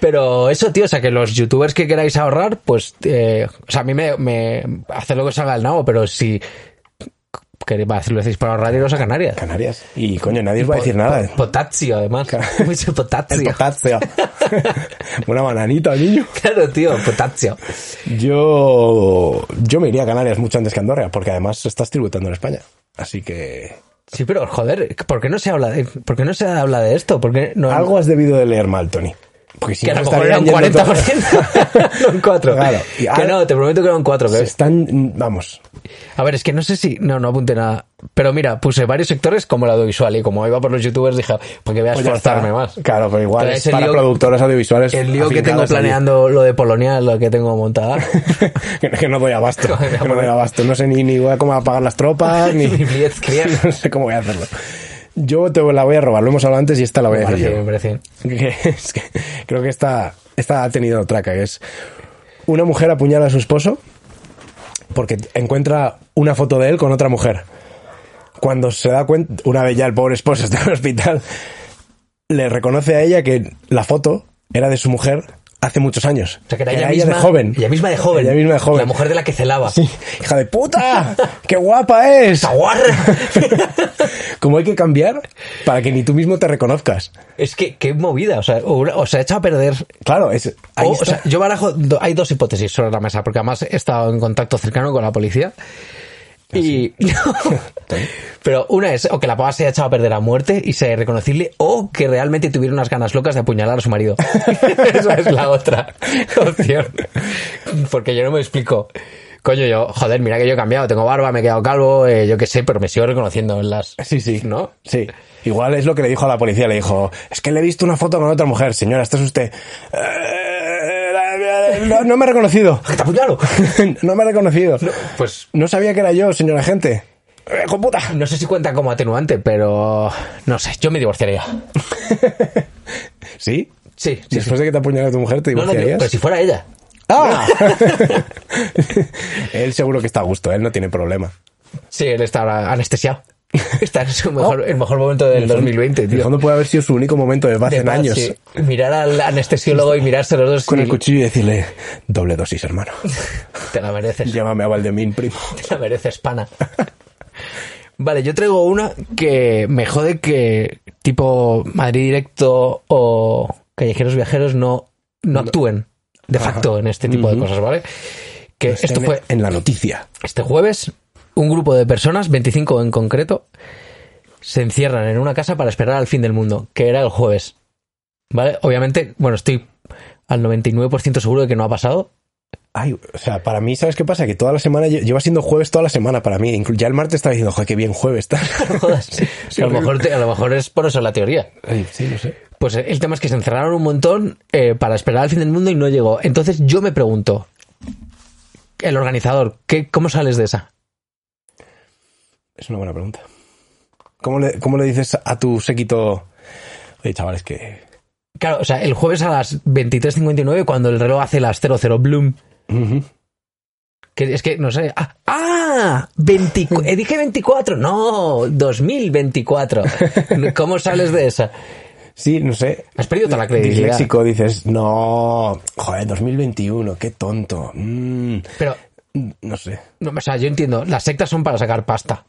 B: Pero eso, tío, o sea, que los youtubers que queráis ahorrar, pues, eh, o sea, a mí me, me hace lo que os haga el nabo, pero si queréis, va, si lo hacéis para ahorrar, iros a Canarias.
A: Canarias. Y coño, nadie os va a decir nada. ¿eh?
B: Po- Potasio, además. *laughs* Mucho
A: El
B: potasio. *laughs*
A: potasio. *laughs* Una bananita, niño.
B: Claro, tío, potasio.
A: Yo, yo me iría a Canarias mucho antes que Andorra, porque además estás tributando en España. Así que
B: Sí, pero joder, ¿por qué no se habla de, ¿por qué no se habla de esto? ¿Por qué no,
A: algo has debido de leer mal, Tony. Porque si
B: que a
A: no
B: lo mejor era
A: estarían
B: un
A: yendo todos-
B: 40%, *laughs* no un 4.
A: Claro. Y
B: Que
A: ahora-
B: no, te prometo que era un 4.
A: Se están, vamos,
B: A ver, es que no sé si. No, no apunte nada. Pero mira, puse varios sectores como el audiovisual y como iba por los youtubers, dije, porque voy a
A: Pues ya
B: esforzarme
A: está.
B: más.
A: Claro, pero igual
B: Pero
A: es
B: ese
A: para
B: lío-
A: productoras audiovisuales.
B: El lío que tengo
A: afincadas allí.
B: planeando, lo de Polonia, lo que tengo montada.
A: *laughs* que, que no doy
B: *laughs*
A: abasto.
B: Joder,
A: que no doy
B: amor.
A: abasto. No sé ni, ni voy a cómo apagar las
B: *laughs*
A: tropas, ni.
B: Ni blitzkrieg.
A: *laughs* no sé cómo voy a hacerlo. Yo te la voy a robar, lo hemos hablado antes y esta la voy a
B: Vale,
A: decir
B: sí,
A: yo.
B: me parece.
A: Que *laughs* es que creo que esta, esta ha tenido traca, que es una mujer apuñala a su esposo porque encuentra una foto de él con otra mujer. Cuando se da cuenta, una vez ya el pobre esposo *laughs* está en el hospital, le reconoce a ella que la foto era de su mujer hace muchos años.
B: O sea, que era, ella,
A: ella
B: misma,
A: de joven.
B: Ella misma de joven.
A: Ella misma de joven.
B: La mujer de la que celaba.
A: Sí, *laughs* hija de
B: *laughs*
A: puta, qué guapa es. *laughs*
B: ¡Taguarra!
A: Como hay que cambiar para que ni tú mismo te reconozcas.
B: *laughs* es que, qué movida. O sea, o, una- o se ha hecho a perder
A: Claro, es ahí
B: O, o
A: está.
B: sea, yo barajo, do- hay dos hipótesis sobre la mesa, porque además he estado en contacto cercano con la policía. *laughs* Y. Pero una es o que la pava se haya echado a perder a muerte y sea irreconocible, o que realmente tuviera unas ganas locas de apuñalar a su *laughs* marido. Esa es la otra opción. Porque yo no me explico. Coño, yo, joder, mira que yo he cambiado, tengo barba, me he quedado calvo, eh, yo qué sé, pero me sigo reconociendo en las.
A: Sí, sí.
B: ¿No?
A: Sí. Igual es lo que le dijo a la policía. Le dijo, es que le he visto una foto con otra mujer. Señora, esta es usted. "Eh, No, no me ha reconocido. *laughs*
B: ¡Que te apuñalo!
A: No me ha reconocido.
B: Pues
A: No sabía que era yo, señora gente. "Eh, ¡Hijo puta!
B: *laughs* no sé si cuenta como atenuante, pero. No sé, yo me divorciaría.
A: ¿Sí?
B: Sí, sí, sí.
A: Después de que te apuñalara tu mujer, ¿te
B: No, pues no,
A: divorciarías?
B: pero si fuera ella.
A: ¡Ah! *laughs* él seguro que está a gusto, él no tiene problema.
B: *laughs* Sí, él está ahora anestesiado. Está en
A: Oh.
B: su mejor, el mejor momento del 2020,
A: En el
B: tío.
A: fondo puede haber sido su único momento de paz
B: De
A: en
B: paz,
A: años.
B: sí. Mirar al anestesiólogo y mirarse los dos.
A: Con
B: y
A: el cuchillo y decirle, doble dosis,
B: *laughs*
A: hermano.
B: Te la mereces.
A: Llámame a Valdemín, primo.
B: Te la mereces, pana. *laughs* Vale, yo traigo una que me jode que tipo Madrid Directo o Callejeros Viajeros no, no actúen de facto en este tipo de cosas, ¿vale? Que esto
A: En-
B: fue
A: En la noticia.
B: Este jueves, un grupo de personas, 25 en concreto, se encierran en una casa para esperar al fin del mundo, que era el jueves. ¿Vale? Obviamente, bueno, estoy al 99% seguro de que no ha pasado. *laughs*
A: Ay, o sea, para mí, ¿sabes qué pasa? Que toda la semana lle- lleva siendo jueves toda la semana para mí. Inclu- Ya el martes estaba diciendo, joder, qué bien jueves tal.
B: No jodas. a, lo mejor te- a lo mejor es por eso la teoría.
A: *laughs* Ay, sí, no sé.
B: Pues el tema es que se encerraron un montón eh, para esperar al fin del mundo y no llegó. Entonces yo me pregunto, el organizador, ¿qué, ¿cómo sales de esa?
A: Es una buena pregunta. ¿Cómo le, cómo le dices a tu séquito? Oye, chavales, que.
B: Claro, o sea, el jueves a las 23.59, cuando el reloj hace las 00, bloom,
A: Ujú.
B: Que es que no sé. ¡Ah! ¡Ah! 24 eh, dije 24. No, 2024. ¿Cómo sales de esa?
A: Sí, no sé.
B: Has perdido toda la credibilidad.
A: Disléxico, dices, no, joder, 2021, qué tonto. Mm,
B: Pero,
A: no sé.
B: no, o sea, yo entiendo. Las sectas son para sacar pasta.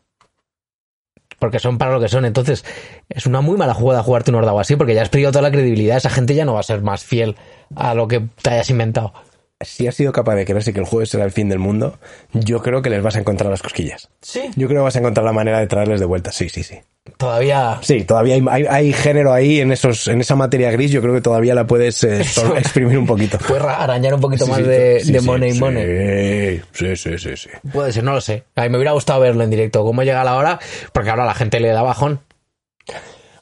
B: Porque son para lo que son. Entonces, es una muy mala jugada jugarte un ordao así, porque ya has perdido toda la credibilidad. Esa gente ya no va a ser más fiel a lo que te hayas inventado.
A: Si has sido capaz de creerse que el jueves será el fin del mundo, yo creo que les vas a encontrar las cosquillas.
B: Sí.
A: Yo creo que vas a encontrar la manera de traerles de vuelta. Sí, sí, sí.
B: Todavía.
A: Sí, todavía hay, hay- hay género ahí en esos, en esa materia gris. Yo creo que todavía la puedes
B: *laughs*
A: eh, tor- exprimir un poquito.
B: Puedes ra- arañar un poquito
A: Sí,
B: más
A: sí,
B: de,
A: sí,
B: de
A: sí,
B: money,
A: sí,
B: money.
A: Sí, sí, sí, sí.
B: Puede ser, no lo sé. A mí me hubiera gustado verlo en directo. ¿Cómo llega la hora? Porque ahora la gente le da bajón.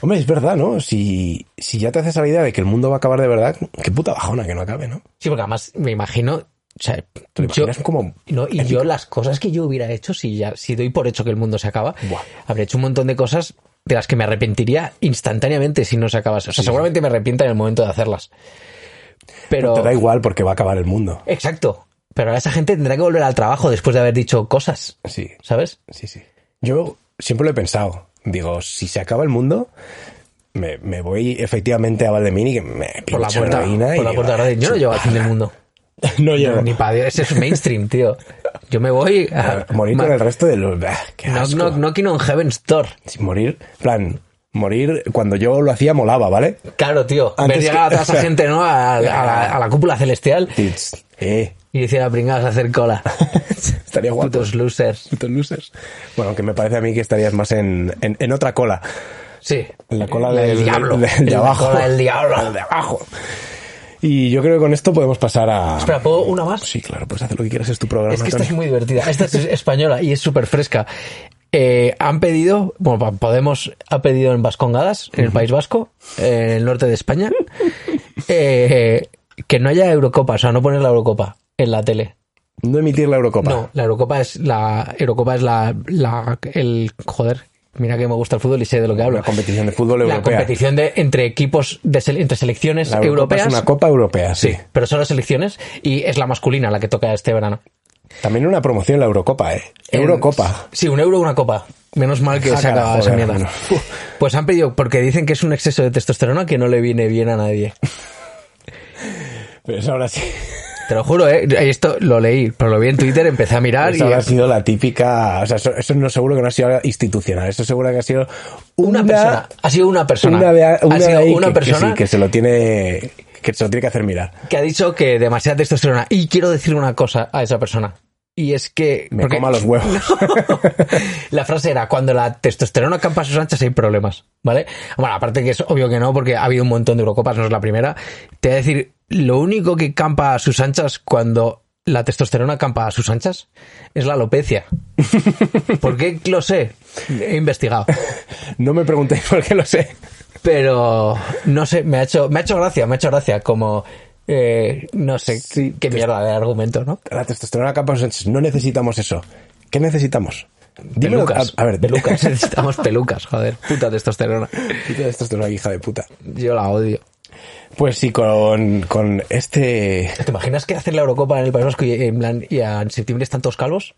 A: Hombre, es verdad, ¿no? Si, si ya te haces la idea de que el mundo va a acabar de verdad, qué puta bajona que no acabe, ¿no?
B: Sí, porque además me imagino. O sea,
A: ¿Te lo
B: yo,
A: imaginas como
B: no, y yo las cosas que yo hubiera hecho, si ya, si doy por hecho que el mundo se acaba,
A: Buah.
B: habré hecho un montón de cosas de las que me arrepentiría instantáneamente si no se acabase. O sea, seguramente me arrepienta en el momento de hacerlas. Pero.
A: te da igual porque va a acabar el mundo?
B: Exacto. Pero ahora esa gente tendrá que volver al trabajo después de haber dicho cosas.
A: Sí,
B: ¿Sabes?
A: sí, sí. Yo siempre lo he pensado. Digo, si se acaba el mundo, me, me voy efectivamente a Valdemini que me
B: Por la
A: pincho
B: puerta,
A: heroína y
B: por la
A: digo,
B: puerta grande. Yo no llevo
A: *laughs*
B: al fin del mundo.
A: no llego.
B: Ni para Dios, ese es mainstream, tío. Yo me voy a.
A: Ah, Morir
B: Ma-
A: con el resto de los... bah, qué
B: Knock,
A: asco.
B: knock, knocking on heaven's door.
A: Sin morir, en plan, morir cuando yo lo hacía molaba, ¿vale?
B: Claro, tío.
A: Antes
B: Ver llegar a
A: que- *laughs*
B: toda esa gente, ¿no? A, a la, a la cúpula celestial
A: Tits. Eh,
B: y decir a pringados a
A: *laughs*
B: hacer cola.
A: estaría guapo.
B: Putos losers.
A: Putos losers. Bueno, que me parece a mí que estarías más en, en, en otra cola.
B: Sí.
A: En la cola
B: El
A: del,
B: diablo.
A: del- del de
B: En la
A: abajo.
B: cola del diablo.
A: El de abajo. Y yo creo que con esto podemos pasar a...
B: Espera, ¿puedo una más?
A: Sí, claro, puedes hacer lo que quieras, es tu programa.
B: Es que esta
A: Tony.
B: es muy divertida. Esta es *laughs* española y es súper fresca. Eh, han pedido, bueno, pa- Podemos ha pedido en Vascongadas, en el País Vasco, eh, en el norte de España, *laughs* eh, que no haya Eurocopa, o sea, no poner la Eurocopa en la tele.
A: No emitir la Eurocopa.
B: No, la Eurocopa es la Eurocopa es la, la- el joder. Mira que me gusta el fútbol y sé de lo que hablo.
A: La competición de fútbol
B: La
A: europea.
B: competición de entre equipos de sele- entre selecciones
A: La Eurocopa
B: europeas.
A: es una copa europea, sí.
B: Sí, pero solo selecciones y es la masculina la que toca este verano.
A: También una promoción la Eurocopa, ¿eh? Eurocopa.
B: Sí, un euro una copa. Menos mal que se
A: Sácala,
B: acaba esa
A: joder,
B: mierda.
A: hermano.
B: Pues han pedido, porque dicen que es un exceso de testosterona que no le viene bien a nadie.
A: Pero eso Pues ahora sí.
B: Te lo juro, ¿eh? Esto lo leí, pero lo vi en Twitter, empecé a mirar
A: Eso
B: y...
A: habrá sido la típica. O sea, eso, eso no seguro que no ha sido institucional. Eso seguro que ha sido una,
B: Una persona, ha sido una persona.
A: Una, de- una
B: ha
A: de
B: sido
A: ahí
B: una
A: que, que
B: persona
A: sí, que se lo tiene. Que se lo tiene que hacer mirar.
B: que ha dicho que demasiada testosterona. Y quiero decir una cosa a esa persona. Y es que...
A: Me
B: porque- *laughs*
A: coma los huevos.
B: La frase era, cuando la testosterona campa sus anchas hay problemas, ¿vale? Bueno, aparte que es obvio que no, porque ha habido un montón de Eurocopas, no es la primera. Te voy a decir, lo único que campa a sus anchas cuando la testosterona campa a sus anchas es
A: *laughs*
B: la alopecia. ¿Por qué lo sé? He investigado.
A: No me preguntéis *laughs* por qué lo sé.
B: Pero no sé, me ha hecho, me ha hecho gracia, me ha hecho gracia, como... eh, no sé qué mierda de argumento, ¿no?
A: La testosterona capa No necesitamos eso. ¿Qué necesitamos? Dímelo-
B: pelucas.
A: A, a ver, *laughs*
B: pelucas. *laughs* Necesitamos pelucas, joder. Puta testosterona.
A: Puta testosterona, hija de puta.
B: Yo la odio.
A: Pues sí, con, con este.
B: ¿Te imaginas que hacen la Eurocopa en el País Vasco y, en plan, y en septiembre están todos calvos?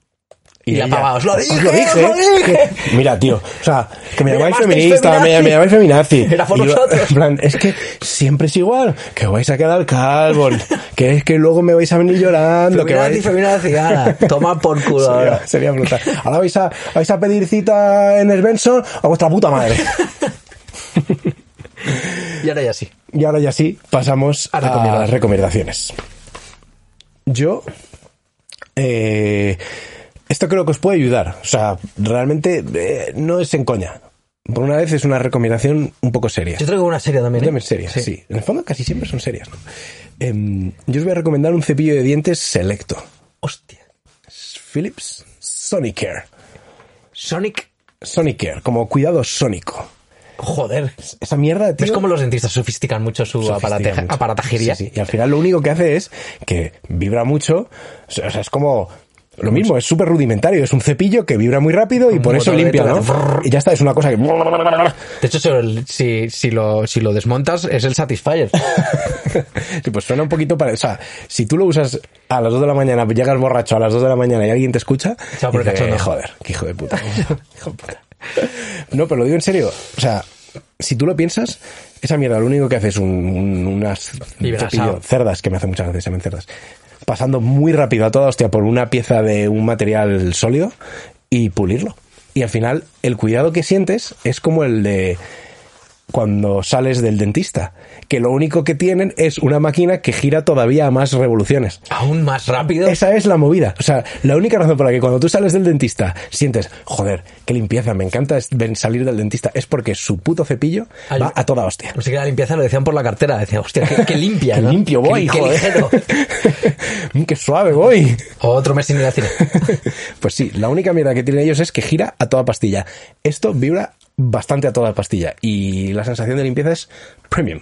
B: Y la
A: ella-
B: pava, "Os lo dije, os lo dije".
A: *laughs* Mira, tío, o sea, que me
B: Me
A: llamáis
B: llamasteis
A: feminista, me-
B: feminazi.
A: me, llamáis feminazi.
B: *laughs* Era por
A: Y yo,
B: nosotros.
A: *laughs* En plan, es que siempre es igual, que vais a quedar calvo, que es que luego me vais a venir llorando, que
B: Feminazi,
A: vais...
B: feminazi, ala, *laughs* Toma por culo.
A: Sería,
B: ahora.
A: sería brutal. Ahora vais a, vais a pedir cita en el Benson a vuestra puta madre.
B: Y ahora ya sí.
A: Y ahora ya sí, pasamos
B: A
A: a,
B: recomendar.
A: las recomendaciones. Yo. eh, esto creo que os puede ayudar. O sea, realmente eh, no es en coña. Por una vez es una recomendación un poco seria.
B: Yo traigo una serie también. ¿eh?
A: También serias, sí. En el fondo casi siempre son serias. ¿no? Em, yo os voy a recomendar un cepillo de dientes selecto.
B: Hostia.
A: Philips Sonicare.
B: Sonic.
A: Sonicare, como cuidado sónico.
B: Joder.
A: Esa mierda, tío.
B: Es como los dentistas sofistican mucho su
A: Sofistican
B: aparataje-
A: mucho.
B: aparatajería.
A: Sí, sí. Y al final lo único que hace es que vibra mucho. O sea, o sea, es como. Lo mismo, es súper rudimentario. Es un cepillo que vibra muy rápido y por eso
B: motor
A: limpia,
B: eléctrico.
A: ¿no? Y ya está, es una cosa que. *laughs*
B: De hecho, si, el- si- si lo, si lo desmontas, es el
A: *laughs*
B: Satisfyer.
A: Sí, pues suena un poquito para. O sea, si tú lo usas a las 2 de la mañana, llegas borracho a las 2 de la mañana y alguien te escucha.
B: Se va por el
A: dice,
B: cachondo.
A: Joder, qué hijo de
B: *laughs*
A: puta. hijo de puta". No, pero lo digo en serio. O sea, si tú lo piensas, esa mierda lo único que hace es un, un- unas un
B: Vibra,
A: cepillo,
B: sao.
A: cerdas, que me hace muchas gracias, llaman cerdas, pasando muy rápido a toda hostia por una pieza de un material sólido y pulirlo. Y al final, el cuidado que sientes es como el de cuando sales del dentista, que lo único que tienen es una máquina que gira todavía a más revoluciones.
B: Aún más rápido.
A: Esa es la movida. O sea, la única razón por la que cuando tú sales del dentista sientes, joder, qué limpieza, me encanta es- ven- salir del dentista, es porque su puto cepillo
B: Ay,
A: va a toda hostia.
B: No sé qué la limpieza, lo decían por la cartera. Decían, hostia, qué, qué limpia.
A: Qué
B: ¿no?
A: limpio
B: Qué-
A: voy,
B: qué
A: joder. *laughs*
B: ligero.
A: Mm, qué suave voy.
B: Otro mes sin ir al cine.
A: *laughs* pues sí, la única mierda que tienen ellos es que gira a toda pastilla. Esto vibra bastante a toda pastilla y la sensación de limpieza es premium.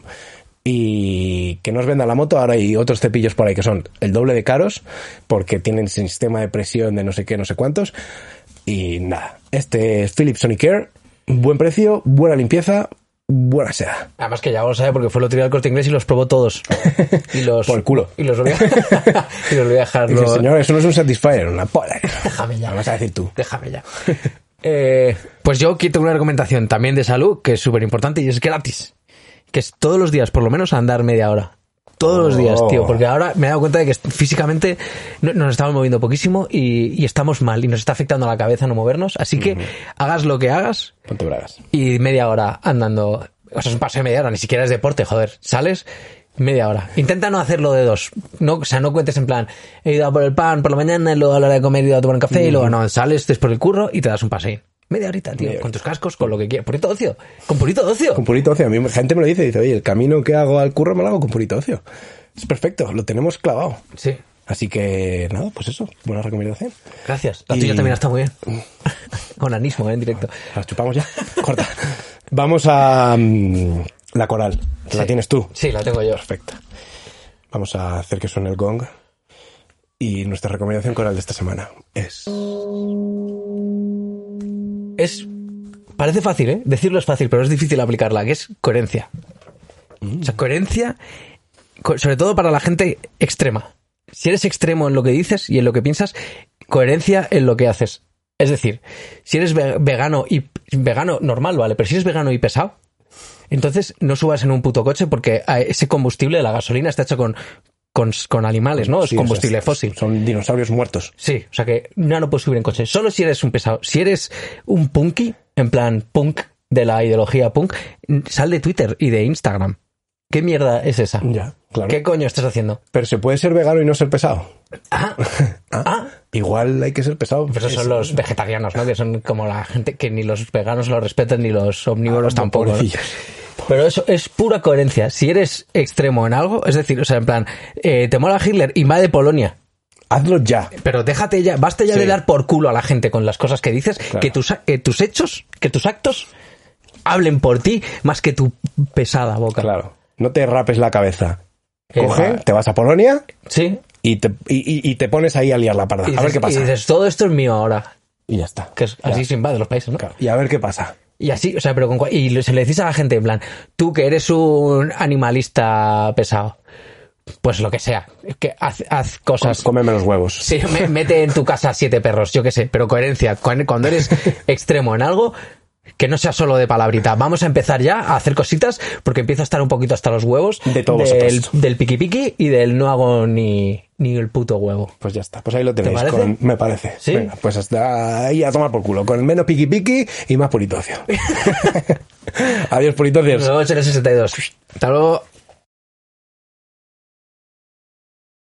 A: Y que no os venda la moto, ahora hay otros cepillos por ahí que son el doble de caros porque tienen sistema de presión de no sé qué, no sé cuántos. Y nada, este es Philips Sonicare, buen precio, buena limpieza, buena seda.
B: Además que ya lo sabe porque fue el otro día al corte inglés y los
A: *laughs*
B: probó todos. Y los,
A: Por el culo.
B: Y los voy a, y los voy a *laughs* dejar.
A: Dice,
B: lo- *laughs*
A: señor, eso no es un Satisfyer, una polla.
B: Déjame ya.
A: Lo vas a decir tú.
B: Déjame ya. Eh, pues yo quito una recomendación también de salud que es súper importante y es gratis. Que es todos los días, por lo menos andar media hora. Todos los días,
A: Oh.
B: tío, porque ahora me he dado cuenta de que est- físicamente no- nos estamos moviendo poquísimo y, y estamos mal y nos está afectando la cabeza no movernos. Así que hagas lo que hagas
A: Ponte bragas.
B: y media hora andando. O sea, es un paseo de media hora, ni siquiera es deporte, joder. Sales media hora. Intenta no hacerlo de dos. No, o sea, no cuentes en plan, he ido a por el pan por la mañana, y luego a la hora de comer he ido a tomar un café, y luego no, sales, te es por el curro y te das un paseo. Media horita, tío, con tus cascos, con lo que quieras. Purito ocio, con purito ocio.
A: Con purito ocio. A mí gente me lo dice, dice, oye, el camino que hago al curro me lo hago con purito ocio. Es perfecto, lo tenemos clavado.
B: Sí,
A: Así que, nada, pues eso, buena recomendación.
B: gracias. La
A: Y-
B: tuya también está
A: *laughs*
B: muy bien. con anismo, eh, en directo.
A: Las chupamos ya. *laughs* Corta. Vamos a mm, la coral. La
B: Sí.
A: tienes tú.
B: Sí, la tengo yo.
A: Perfecto. Vamos a hacer que suene el gong. Y nuestra recomendación coral de esta semana es...
B: es parece fácil, ¿eh? Decirlo es fácil, pero es difícil aplicarla, que es coherencia. O sea, coherencia co- sobre todo para la gente extrema. Si eres extremo en lo que dices y en lo que piensas, coherencia en lo que haces. Es decir, si eres ve- vegano y vegano normal, vale, pero si eres vegano y pesado, entonces no subas en un puto coche porque a ese combustible, la gasolina, está hecho con, con, con animales, ¿no? Es
A: Sí, o sea,
B: combustible fósil.
A: Son dinosaurios muertos.
B: Sí, o sea que no, no puedes subir en coche. Solo si eres un pesado. Si eres un punky, en plan punk de la ideología punk, sal de Twitter y de Instagram. ¿Qué mierda es esa?
A: Ya, claro.
B: ¿Qué coño estás haciendo?
A: Pero se puede ser vegano y no ser pesado.
B: *laughs* Ah, ah,
A: Igual hay que ser pesado.
B: pero esos
A: *laughs* Es-
B: son los vegetarianos, ¿no? Que son como la gente que ni los veganos lo respetan ni los
A: Ah,
B: omnívoros tampoco. ¿no?
A: Pobrecillos.
B: Pero eso es pura coherencia. Si eres extremo en algo, es decir, o sea, en plan, eh, te mola Hitler y va de Polonia,
A: Hazlo ya.
B: Pero déjate ya, basta ya
A: Sí.
B: de dar por culo a la gente con las cosas que dices,
A: Claro.
B: que, tus, que tus hechos, que tus actos hablen por ti más que tu pesada boca.
A: Claro. No te rapes la cabeza.
B: Eh,
A: Coge,
B: va.
A: te vas a Polonia
B: Sí.
A: y te, y, y- y te pones ahí a liar la parda.
B: Y
A: a ver
B: dices-
A: qué
B: Y
A: pasa.
B: dices, todo esto es mío ahora.
A: Y ya está.
B: Que es
A: Ya.
B: así se invaden los países, ¿no?
A: Claro. Y a ver qué pasa.
B: Y así, o sea, pero con cua- y lo- se le decís a la gente en plan, tú que eres un animalista pesado, pues lo que sea, que haz, haz cosas.
A: Cómeme los huevos.
B: Sí, me- mete en tu casa siete perros, yo qué sé, pero coherencia. Cuan-
A: *laughs*
B: Cuando eres extremo en algo, que no sea solo de palabrita. Vamos a empezar ya a hacer cositas, porque empiezo a estar un poquito hasta los huevos
A: De todos
B: del,
A: vosotros.
B: del piqui piqui y del no hago ni, ni el puto huevo.
A: Pues ya está, pues ahí lo tenéis.
B: parece?
A: con- me parece.
B: ¿Sí?
A: Venga, pues hasta ahí a tomar por culo. Con menos piqui piqui
B: *laughs*
A: y más puritocio. Adiós, puritocios. Pues-
B: Nos vemos en el 62. Hasta luego.